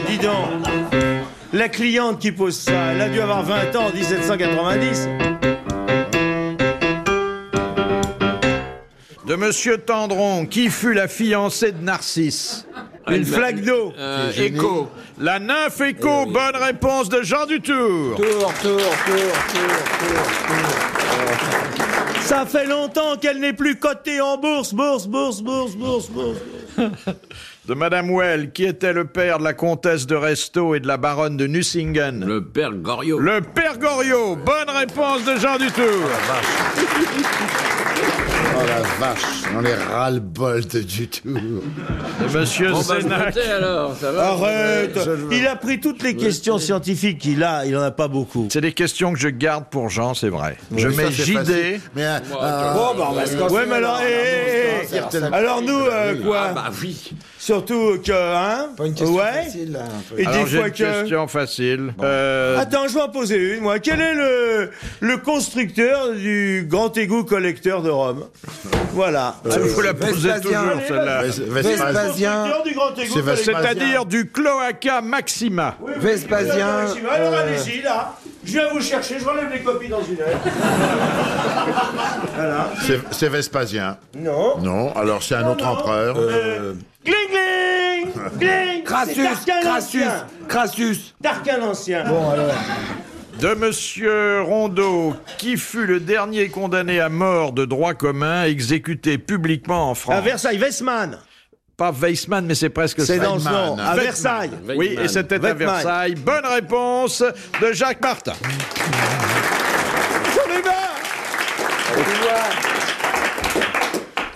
[SPEAKER 4] Dis donc, la cliente qui pose ça, elle a dû avoir 20 ans en 1790.
[SPEAKER 3] De Monsieur Tendron, qui fut la fiancée de Narcisse
[SPEAKER 4] Une flaque d'eau.
[SPEAKER 5] Euh, Echo.
[SPEAKER 3] La nymphe écho, bonne réponse de Jean Dutour.
[SPEAKER 7] Tour, tour, tour.
[SPEAKER 4] Ça fait longtemps qu'elle n'est plus cotée en bourse, bourse, bourse, bourse, bourse, bourse.
[SPEAKER 3] De Madame Well, qui était le père de la comtesse de Resto et de la baronne de Nucingen. Le,
[SPEAKER 5] Le père Goriot.
[SPEAKER 3] père Goriot, bonne réponse de Jean Dutour.
[SPEAKER 6] Oh la vache, on est ras-le-bol de du tout.
[SPEAKER 3] De Monsieur
[SPEAKER 5] Bon, bah, je
[SPEAKER 3] Sénac.
[SPEAKER 5] votais, alors, ça va
[SPEAKER 4] Arrête Il a pris toutes les questions scientifiques qu'il a, il en a pas beaucoup.
[SPEAKER 3] C'est des questions que je garde pour Jean, c'est vrai. je
[SPEAKER 6] Ça,
[SPEAKER 3] mets
[SPEAKER 6] c'est
[SPEAKER 3] JD.
[SPEAKER 6] facile. Mais euh,
[SPEAKER 7] Bon, bah, on va se casser,
[SPEAKER 4] Ouais, mais alors, eh, hé, hé, hé. alors nous, euh,
[SPEAKER 5] Ah
[SPEAKER 4] quoi
[SPEAKER 5] bah oui.
[SPEAKER 4] Surtout que, hein
[SPEAKER 7] Pas une question
[SPEAKER 4] Ouais
[SPEAKER 7] facile, là, un peu.
[SPEAKER 4] Et
[SPEAKER 3] Alors
[SPEAKER 4] des
[SPEAKER 3] j'ai
[SPEAKER 4] fois
[SPEAKER 3] une
[SPEAKER 4] que...
[SPEAKER 3] question facile. Euh,
[SPEAKER 4] Attends, je vais en poser une, moi. Quel est le, le constructeur du grand égout collecteur de Rome Voilà.
[SPEAKER 3] je vous la posez
[SPEAKER 7] Vespasien.
[SPEAKER 3] toujours
[SPEAKER 7] Allez,
[SPEAKER 3] celle-là.
[SPEAKER 6] Ves- Vespasien.
[SPEAKER 7] Vespasien,
[SPEAKER 4] Constructeur du grand égout
[SPEAKER 6] C'est
[SPEAKER 4] collecteur.
[SPEAKER 6] Vespasien.
[SPEAKER 3] C'est-à-dire du cloaca maxima.
[SPEAKER 7] Vespasien.
[SPEAKER 4] Alors
[SPEAKER 7] euh,
[SPEAKER 4] allez-y, là. Je viens vous chercher, je relève les copies dans une heure.
[SPEAKER 6] c'est c'est Vespasien.
[SPEAKER 4] Non.
[SPEAKER 6] Non, alors c'est un autre
[SPEAKER 4] non.
[SPEAKER 6] empereur.
[SPEAKER 4] Euh, Gling, gling Gling
[SPEAKER 7] Crassus,
[SPEAKER 4] C'est Tarquin
[SPEAKER 7] Crassus,
[SPEAKER 4] l'Ancien.
[SPEAKER 7] Crassus.
[SPEAKER 4] Tarquin l'Ancien.
[SPEAKER 3] De Monsieur Rondeau, qui fut le dernier condamné à mort de droit commun, exécuté publiquement en
[SPEAKER 4] À
[SPEAKER 3] France.
[SPEAKER 4] Versailles, Westman.
[SPEAKER 3] Pas Weissman, mais c'est presque
[SPEAKER 4] C'est
[SPEAKER 3] ça.
[SPEAKER 4] dans le
[SPEAKER 6] Weidmann.
[SPEAKER 4] sang. À
[SPEAKER 3] Weidmann.
[SPEAKER 4] Versailles.
[SPEAKER 3] Oui, et c'était à
[SPEAKER 4] Weidmann.
[SPEAKER 3] Versailles. Bonne réponse de Jacques Martin.
[SPEAKER 4] J'en ai marre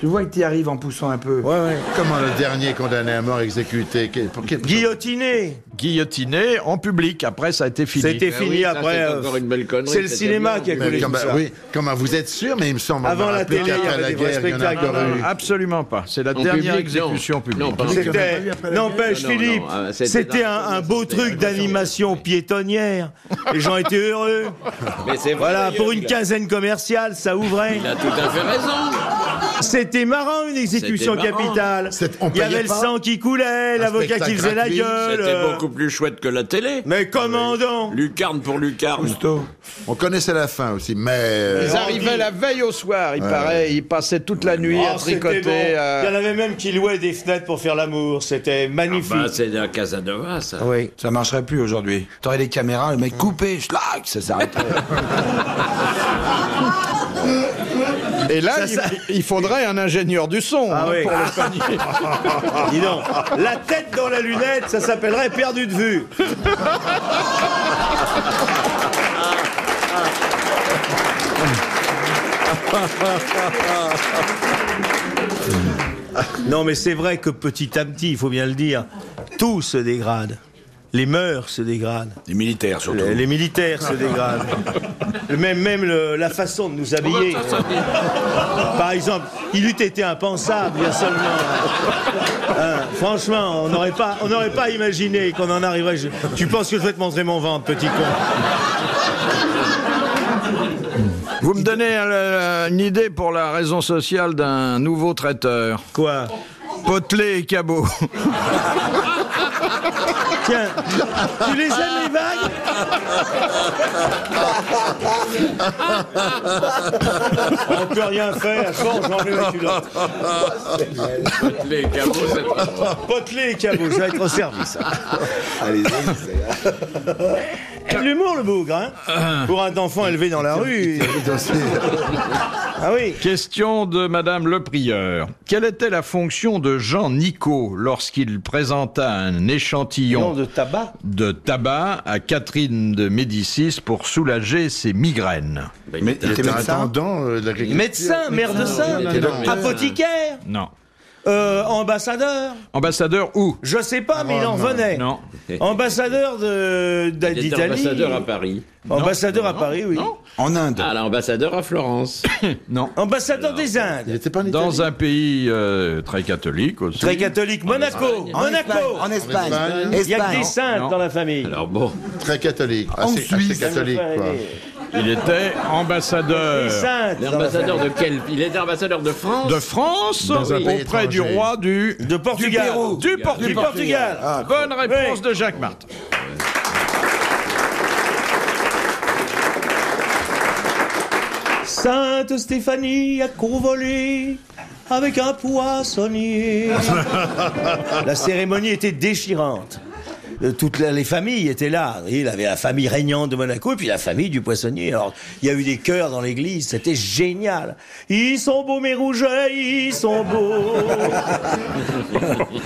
[SPEAKER 7] Je vois que tu arrives en poussant un peu.
[SPEAKER 4] Ouais, ouais.
[SPEAKER 6] Comment Euh, le dernier condamné à mort exécuté quel- pour quel-
[SPEAKER 4] Guillotiné.
[SPEAKER 3] Guillotiné en public. Après, ça a été fini.
[SPEAKER 4] C'était
[SPEAKER 5] Ah
[SPEAKER 4] fini
[SPEAKER 5] oui, ça,
[SPEAKER 4] après.
[SPEAKER 5] c'est
[SPEAKER 4] euh,
[SPEAKER 5] encore une belle connerie,
[SPEAKER 4] C'est le
[SPEAKER 5] c'était
[SPEAKER 4] cinéma
[SPEAKER 5] bien,
[SPEAKER 4] qui a
[SPEAKER 5] oui.
[SPEAKER 6] Mais
[SPEAKER 4] collé tout
[SPEAKER 6] comment-
[SPEAKER 4] ça.
[SPEAKER 6] oui, comment vous êtes sûr, mais il me semble. on
[SPEAKER 4] Avant
[SPEAKER 6] m'a
[SPEAKER 4] la télé,
[SPEAKER 6] rappelé
[SPEAKER 4] il y
[SPEAKER 6] qu'après
[SPEAKER 4] avait
[SPEAKER 6] la
[SPEAKER 4] des vrais
[SPEAKER 6] guerre, il y en a
[SPEAKER 4] spectacles.
[SPEAKER 6] encore eu.
[SPEAKER 3] Euh, Absolument pas. C'est la
[SPEAKER 5] En
[SPEAKER 3] dernière
[SPEAKER 5] public, non.
[SPEAKER 3] exécution publique.
[SPEAKER 5] Non, pardon.
[SPEAKER 4] C'était, n'empêche
[SPEAKER 5] Non, non, non,
[SPEAKER 4] Philippe,
[SPEAKER 5] ah, c'était
[SPEAKER 4] c'était un,
[SPEAKER 5] la-
[SPEAKER 4] un beau
[SPEAKER 5] c'était
[SPEAKER 4] truc
[SPEAKER 5] la-
[SPEAKER 4] d'animation piétonnière. Les gens étaient heureux.
[SPEAKER 5] Mais c'est vrai,
[SPEAKER 4] Voilà,
[SPEAKER 5] d'ailleurs,
[SPEAKER 4] pour une
[SPEAKER 5] il a-
[SPEAKER 4] quinzaine commerciale, ça ouvrait.
[SPEAKER 5] Il a tout à fait raison.
[SPEAKER 4] C'était marrant une exécution
[SPEAKER 5] C'était marrant.
[SPEAKER 4] capitale.
[SPEAKER 6] C'est-
[SPEAKER 4] Il
[SPEAKER 6] on
[SPEAKER 4] y
[SPEAKER 6] payait
[SPEAKER 4] avait le
[SPEAKER 6] pas
[SPEAKER 4] sang qui coulait, l'avocat qui
[SPEAKER 6] spectacle
[SPEAKER 4] faisait la
[SPEAKER 6] gratuit,
[SPEAKER 4] gueule.
[SPEAKER 5] C'était
[SPEAKER 4] euh,
[SPEAKER 5] beaucoup plus chouette que la télé.
[SPEAKER 4] Mais commandant
[SPEAKER 5] Lucarne pour lucarne.
[SPEAKER 6] On connaissait la fin aussi, mais. euh,
[SPEAKER 3] Ils arrivaient la veille au soir, il paraît. Ils passaient toute la nuit à
[SPEAKER 4] Oh, c'était
[SPEAKER 3] tricoter.
[SPEAKER 4] bon. Il y en
[SPEAKER 3] euh,
[SPEAKER 4] avait même qui louaient des fenêtres pour faire l'amour. C'était magnifique.
[SPEAKER 5] Bah, c'est un Casanova, ça.
[SPEAKER 4] oui.
[SPEAKER 7] Ça marcherait plus aujourd'hui. T'aurais des caméras, le mec coupé, schlag, ça s'arrêterait.
[SPEAKER 3] Et là, il, il faudrait un ingénieur du son.
[SPEAKER 4] Ah
[SPEAKER 3] hein,
[SPEAKER 4] oui.
[SPEAKER 3] pour le panier.
[SPEAKER 4] Dis donc, la tête dans la lunette, ça s'appellerait perdu de vue. Non, mais c'est vrai que petit à petit, il faut bien le dire, tout se dégrade. Les mœurs se dégradent.
[SPEAKER 7] Les militaires surtout.
[SPEAKER 4] Les, les militaires se dégradent. Le Même, même le- la façon de nous habiller. Par exemple, il eût été impensable il y a seulement. hein, franchement, on n'aurait pas, on n'aurait pas imaginé qu'on en arriverait. Je- tu penses que je vais te montrer mon ventre, petit con
[SPEAKER 3] Vous me donnez euh, une idée pour la raison sociale d'un nouveau traiteur.
[SPEAKER 4] Quoi
[SPEAKER 3] Potelé et Cabot.
[SPEAKER 4] Tiens, tu les aimes les vagues On peut rien faire, à force j'enlève la culotte.
[SPEAKER 5] Les cabots, c'est pas drôle.
[SPEAKER 4] Potelé et cabot, je vais être au service. Allez, L'humour, le bougre, hein Pour un enfant élevé dans la rue. Ah oui
[SPEAKER 3] Question de Madame Le Prieur. Quelle était la fonction de Jean Nicot lorsqu'il présenta un échantillon
[SPEAKER 4] Nom de tabac
[SPEAKER 3] de tabac à Catherine de Médicis pour soulager ses migraines
[SPEAKER 6] Mais il était intendant euh, de l'agriculture.
[SPEAKER 4] Médecin, maire de Saint,
[SPEAKER 5] il était docteur.
[SPEAKER 4] apothicaire,
[SPEAKER 3] Non.
[SPEAKER 4] euh, ambassadeur,
[SPEAKER 3] Ambassadeur où
[SPEAKER 4] je sais pas, mais il en venait.
[SPEAKER 3] Non.
[SPEAKER 4] Ambassadeur de- d'a-
[SPEAKER 5] Il était
[SPEAKER 4] d'Italie.
[SPEAKER 5] ambassadeur à Paris.
[SPEAKER 4] Ambassadeur à Paris, oui.
[SPEAKER 3] Non.
[SPEAKER 7] En Inde.
[SPEAKER 5] Ah, l'ambassadeur à Florence.
[SPEAKER 3] Non.
[SPEAKER 4] Ambassadeur des
[SPEAKER 6] Il
[SPEAKER 4] Indes.
[SPEAKER 6] était pas en Italie.
[SPEAKER 3] Dans un pays euh, très catholique aussi.
[SPEAKER 4] Très catholique, Monaco,
[SPEAKER 7] En
[SPEAKER 4] Monaco.
[SPEAKER 7] Espagne. En Espagne.
[SPEAKER 6] Espagne.
[SPEAKER 4] Il y a que des
[SPEAKER 7] Espagne.
[SPEAKER 4] saintes
[SPEAKER 3] Non.
[SPEAKER 4] dans la famille.
[SPEAKER 5] Alors bon,
[SPEAKER 6] Très catholique.
[SPEAKER 7] En
[SPEAKER 6] assez, assez
[SPEAKER 7] Suisse.
[SPEAKER 6] catholique, quoi.
[SPEAKER 3] Il était
[SPEAKER 4] Des
[SPEAKER 3] ambassadeur
[SPEAKER 4] saintes. dans la
[SPEAKER 5] l'ambassadeur
[SPEAKER 4] famille.
[SPEAKER 5] de quel Il était ambassadeur de France.
[SPEAKER 3] de France
[SPEAKER 6] Dans un
[SPEAKER 3] auprès
[SPEAKER 6] pays étranger.
[SPEAKER 3] du roi du...
[SPEAKER 4] De Portugal.
[SPEAKER 7] Pérou.
[SPEAKER 3] Du Portugal. Ah.
[SPEAKER 4] Du Portugal.
[SPEAKER 3] Bonne réponse
[SPEAKER 4] Oui.
[SPEAKER 3] de Jacques Martin.
[SPEAKER 4] Sainte Stéphanie a convolé avec un poissonnier. la cérémonie était déchirante. Euh, Toutes la- les familles étaient là. Il avait la famille régnante de Monaco et puis la famille du poissonnier. Alors, il y a eu des chœurs dans l'église, c'était génial. Ils sont beaux mes rougets, ils sont beaux.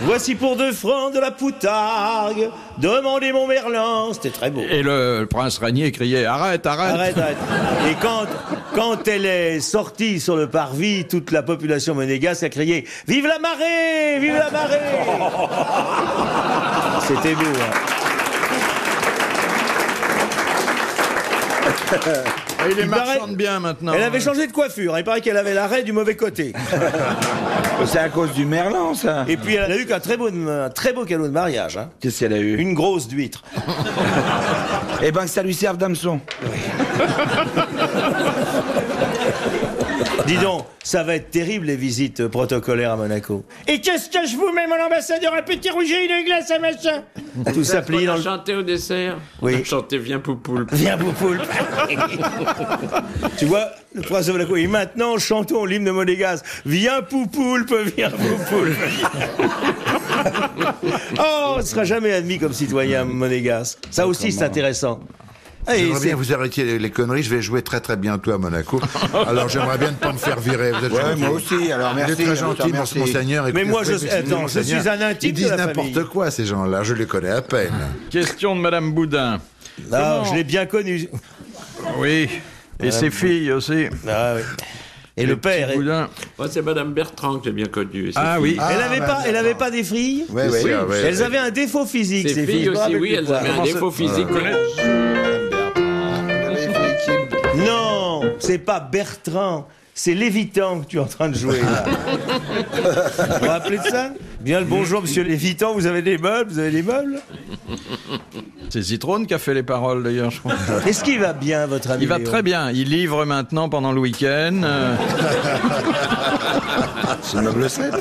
[SPEAKER 4] Voici pour deux francs de la poutargue. Demandez mon merlan, c'était très beau.
[SPEAKER 3] Et le prince Ranier criait arrête, arrête.
[SPEAKER 4] Arrête, arrête. Et quand, quand elle est sortie sur le parvis, toute la population monégasque a crié Vive la marée Vive la marée C'était beau. hein.
[SPEAKER 3] Et il est
[SPEAKER 4] Il
[SPEAKER 3] marchand
[SPEAKER 4] paraît-
[SPEAKER 3] de bien maintenant.
[SPEAKER 4] Elle avait changé de coiffure. hein. Il paraît qu'elle avait l'arrêt du mauvais côté.
[SPEAKER 7] C'est à cause du Merlan, ça.
[SPEAKER 4] Et puis elle a eu qu'un très beau, un très beau cadeau de mariage. hein.
[SPEAKER 7] Qu'est-ce qu'elle a eu
[SPEAKER 4] Une grosse d'huître.
[SPEAKER 7] Eh ben, que ça lui serve d'hameçon.
[SPEAKER 4] Dis donc, ça va être terrible les visites euh, protocolaires à Monaco. Et qu'est-ce que je vous mets, mon ambassadeur Un petit rouget, une glace à machin Tout ça plié
[SPEAKER 5] On
[SPEAKER 4] dans
[SPEAKER 5] a
[SPEAKER 4] le...
[SPEAKER 5] chanté au dessert.
[SPEAKER 4] Oui.
[SPEAKER 5] On a chanté Viens Poupoule.
[SPEAKER 4] Viens, Poupoule. tu vois, le prince de Monaco. Et maintenant, chantons l'hymne monégasque. Viens, Poupoulpe, viens, Poupoulpe. oh, on ne sera jamais admis comme citoyen monégasque. Ça aussi, c'est intéressant. Ah, et
[SPEAKER 6] J'aimerais
[SPEAKER 4] c'est-
[SPEAKER 6] bien vous arrêtiez les, les conneries. Je vais jouer très très bientôt à Monaco. Alors j'aimerais bien ne pas me faire virer. Vous êtes gentil.
[SPEAKER 7] moi aussi, alors
[SPEAKER 6] Vous êtes
[SPEAKER 7] merci,
[SPEAKER 6] très
[SPEAKER 7] monsieur,
[SPEAKER 6] gentil,
[SPEAKER 7] merci.
[SPEAKER 6] monseigneur. Écoutez,
[SPEAKER 4] moi,
[SPEAKER 6] vous pouvez
[SPEAKER 4] je-
[SPEAKER 6] m'excuser,
[SPEAKER 4] attends, je
[SPEAKER 6] monseigneur.
[SPEAKER 4] suis un intime
[SPEAKER 6] Ils
[SPEAKER 4] de
[SPEAKER 6] disent
[SPEAKER 4] la
[SPEAKER 6] n'importe
[SPEAKER 4] famille.
[SPEAKER 6] quoi, ces gens-là. Je les connais à peine.
[SPEAKER 3] Question de Madame Boudin.
[SPEAKER 4] Ah, je l'ai bien connu.
[SPEAKER 3] Oui. Et ses filles aussi.
[SPEAKER 4] Ah, oui. Et le père. est-
[SPEAKER 5] Moi, c'est Madame Bertrand que j'ai bien connue. et ses
[SPEAKER 3] Ah oui.
[SPEAKER 5] filles.
[SPEAKER 4] elle n'avait pas, elle avait pas des filles
[SPEAKER 6] Ouais, ouais,
[SPEAKER 5] Oui,
[SPEAKER 6] bah, ouais, ouais.
[SPEAKER 4] Elles avaient un défaut physique,
[SPEAKER 5] Ses
[SPEAKER 4] ces filles.
[SPEAKER 5] filles
[SPEAKER 4] Je me
[SPEAKER 5] aussi,
[SPEAKER 4] rappelle
[SPEAKER 5] oui,
[SPEAKER 4] plus
[SPEAKER 5] elles
[SPEAKER 4] quoi.
[SPEAKER 5] avaient un défaut physique.
[SPEAKER 4] Non, c'est pas Bertrand, c'est Lévitan que tu es en train de jouer. Là. vous vous rappelez de ça Bien le bonjour,
[SPEAKER 3] Mm.
[SPEAKER 4] monsieur Lévitan, vous avez des meubles, vous avez des meubles
[SPEAKER 3] C'est Zitrone qui a fait les paroles d'ailleurs, je crois.
[SPEAKER 4] Est-ce qu'il va bien, votre ami
[SPEAKER 3] Il va
[SPEAKER 4] Léon
[SPEAKER 3] très bien. Il livre maintenant pendant le week-end. euh,
[SPEAKER 10] C'est une meuble 7.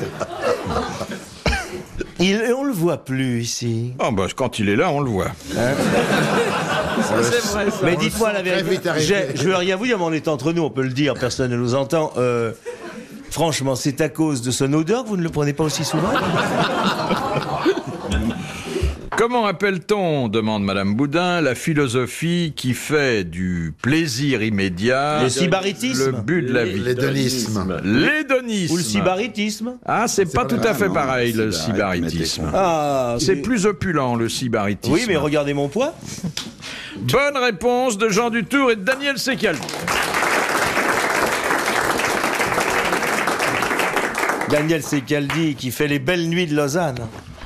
[SPEAKER 4] Il, on le voit plus ici.
[SPEAKER 3] Oh, bah, quand il est là, on le voit.
[SPEAKER 5] C'est vrai, ça.
[SPEAKER 4] Mais dites-moi la vérité.
[SPEAKER 6] vite arrivé.
[SPEAKER 4] j'ai- Je veux rien vous dire, mais on est entre nous, on peut le dire, personne ne nous entend. Euh, franchement, c'est à cause de son odeur que vous ne le prenez pas aussi souvent
[SPEAKER 3] Comment appelle-t-on, demande Madame Boudin, la philosophie qui fait du plaisir immédiat
[SPEAKER 4] Le sybaritisme
[SPEAKER 3] le but de la vie
[SPEAKER 6] L'hédonisme.
[SPEAKER 3] L'hédonisme.
[SPEAKER 4] Ou le sybaritisme
[SPEAKER 3] Ah, c'est pas tout à fait pareil, le sybaritisme.
[SPEAKER 4] Ah,
[SPEAKER 3] C'est plus opulent, le sybaritisme.
[SPEAKER 4] Oui, mais regardez mon poids.
[SPEAKER 3] Bonne réponse de Jean Dutour et de Daniel Secal.
[SPEAKER 4] Daniel Secaldi qui fait les belles nuits de Lausanne.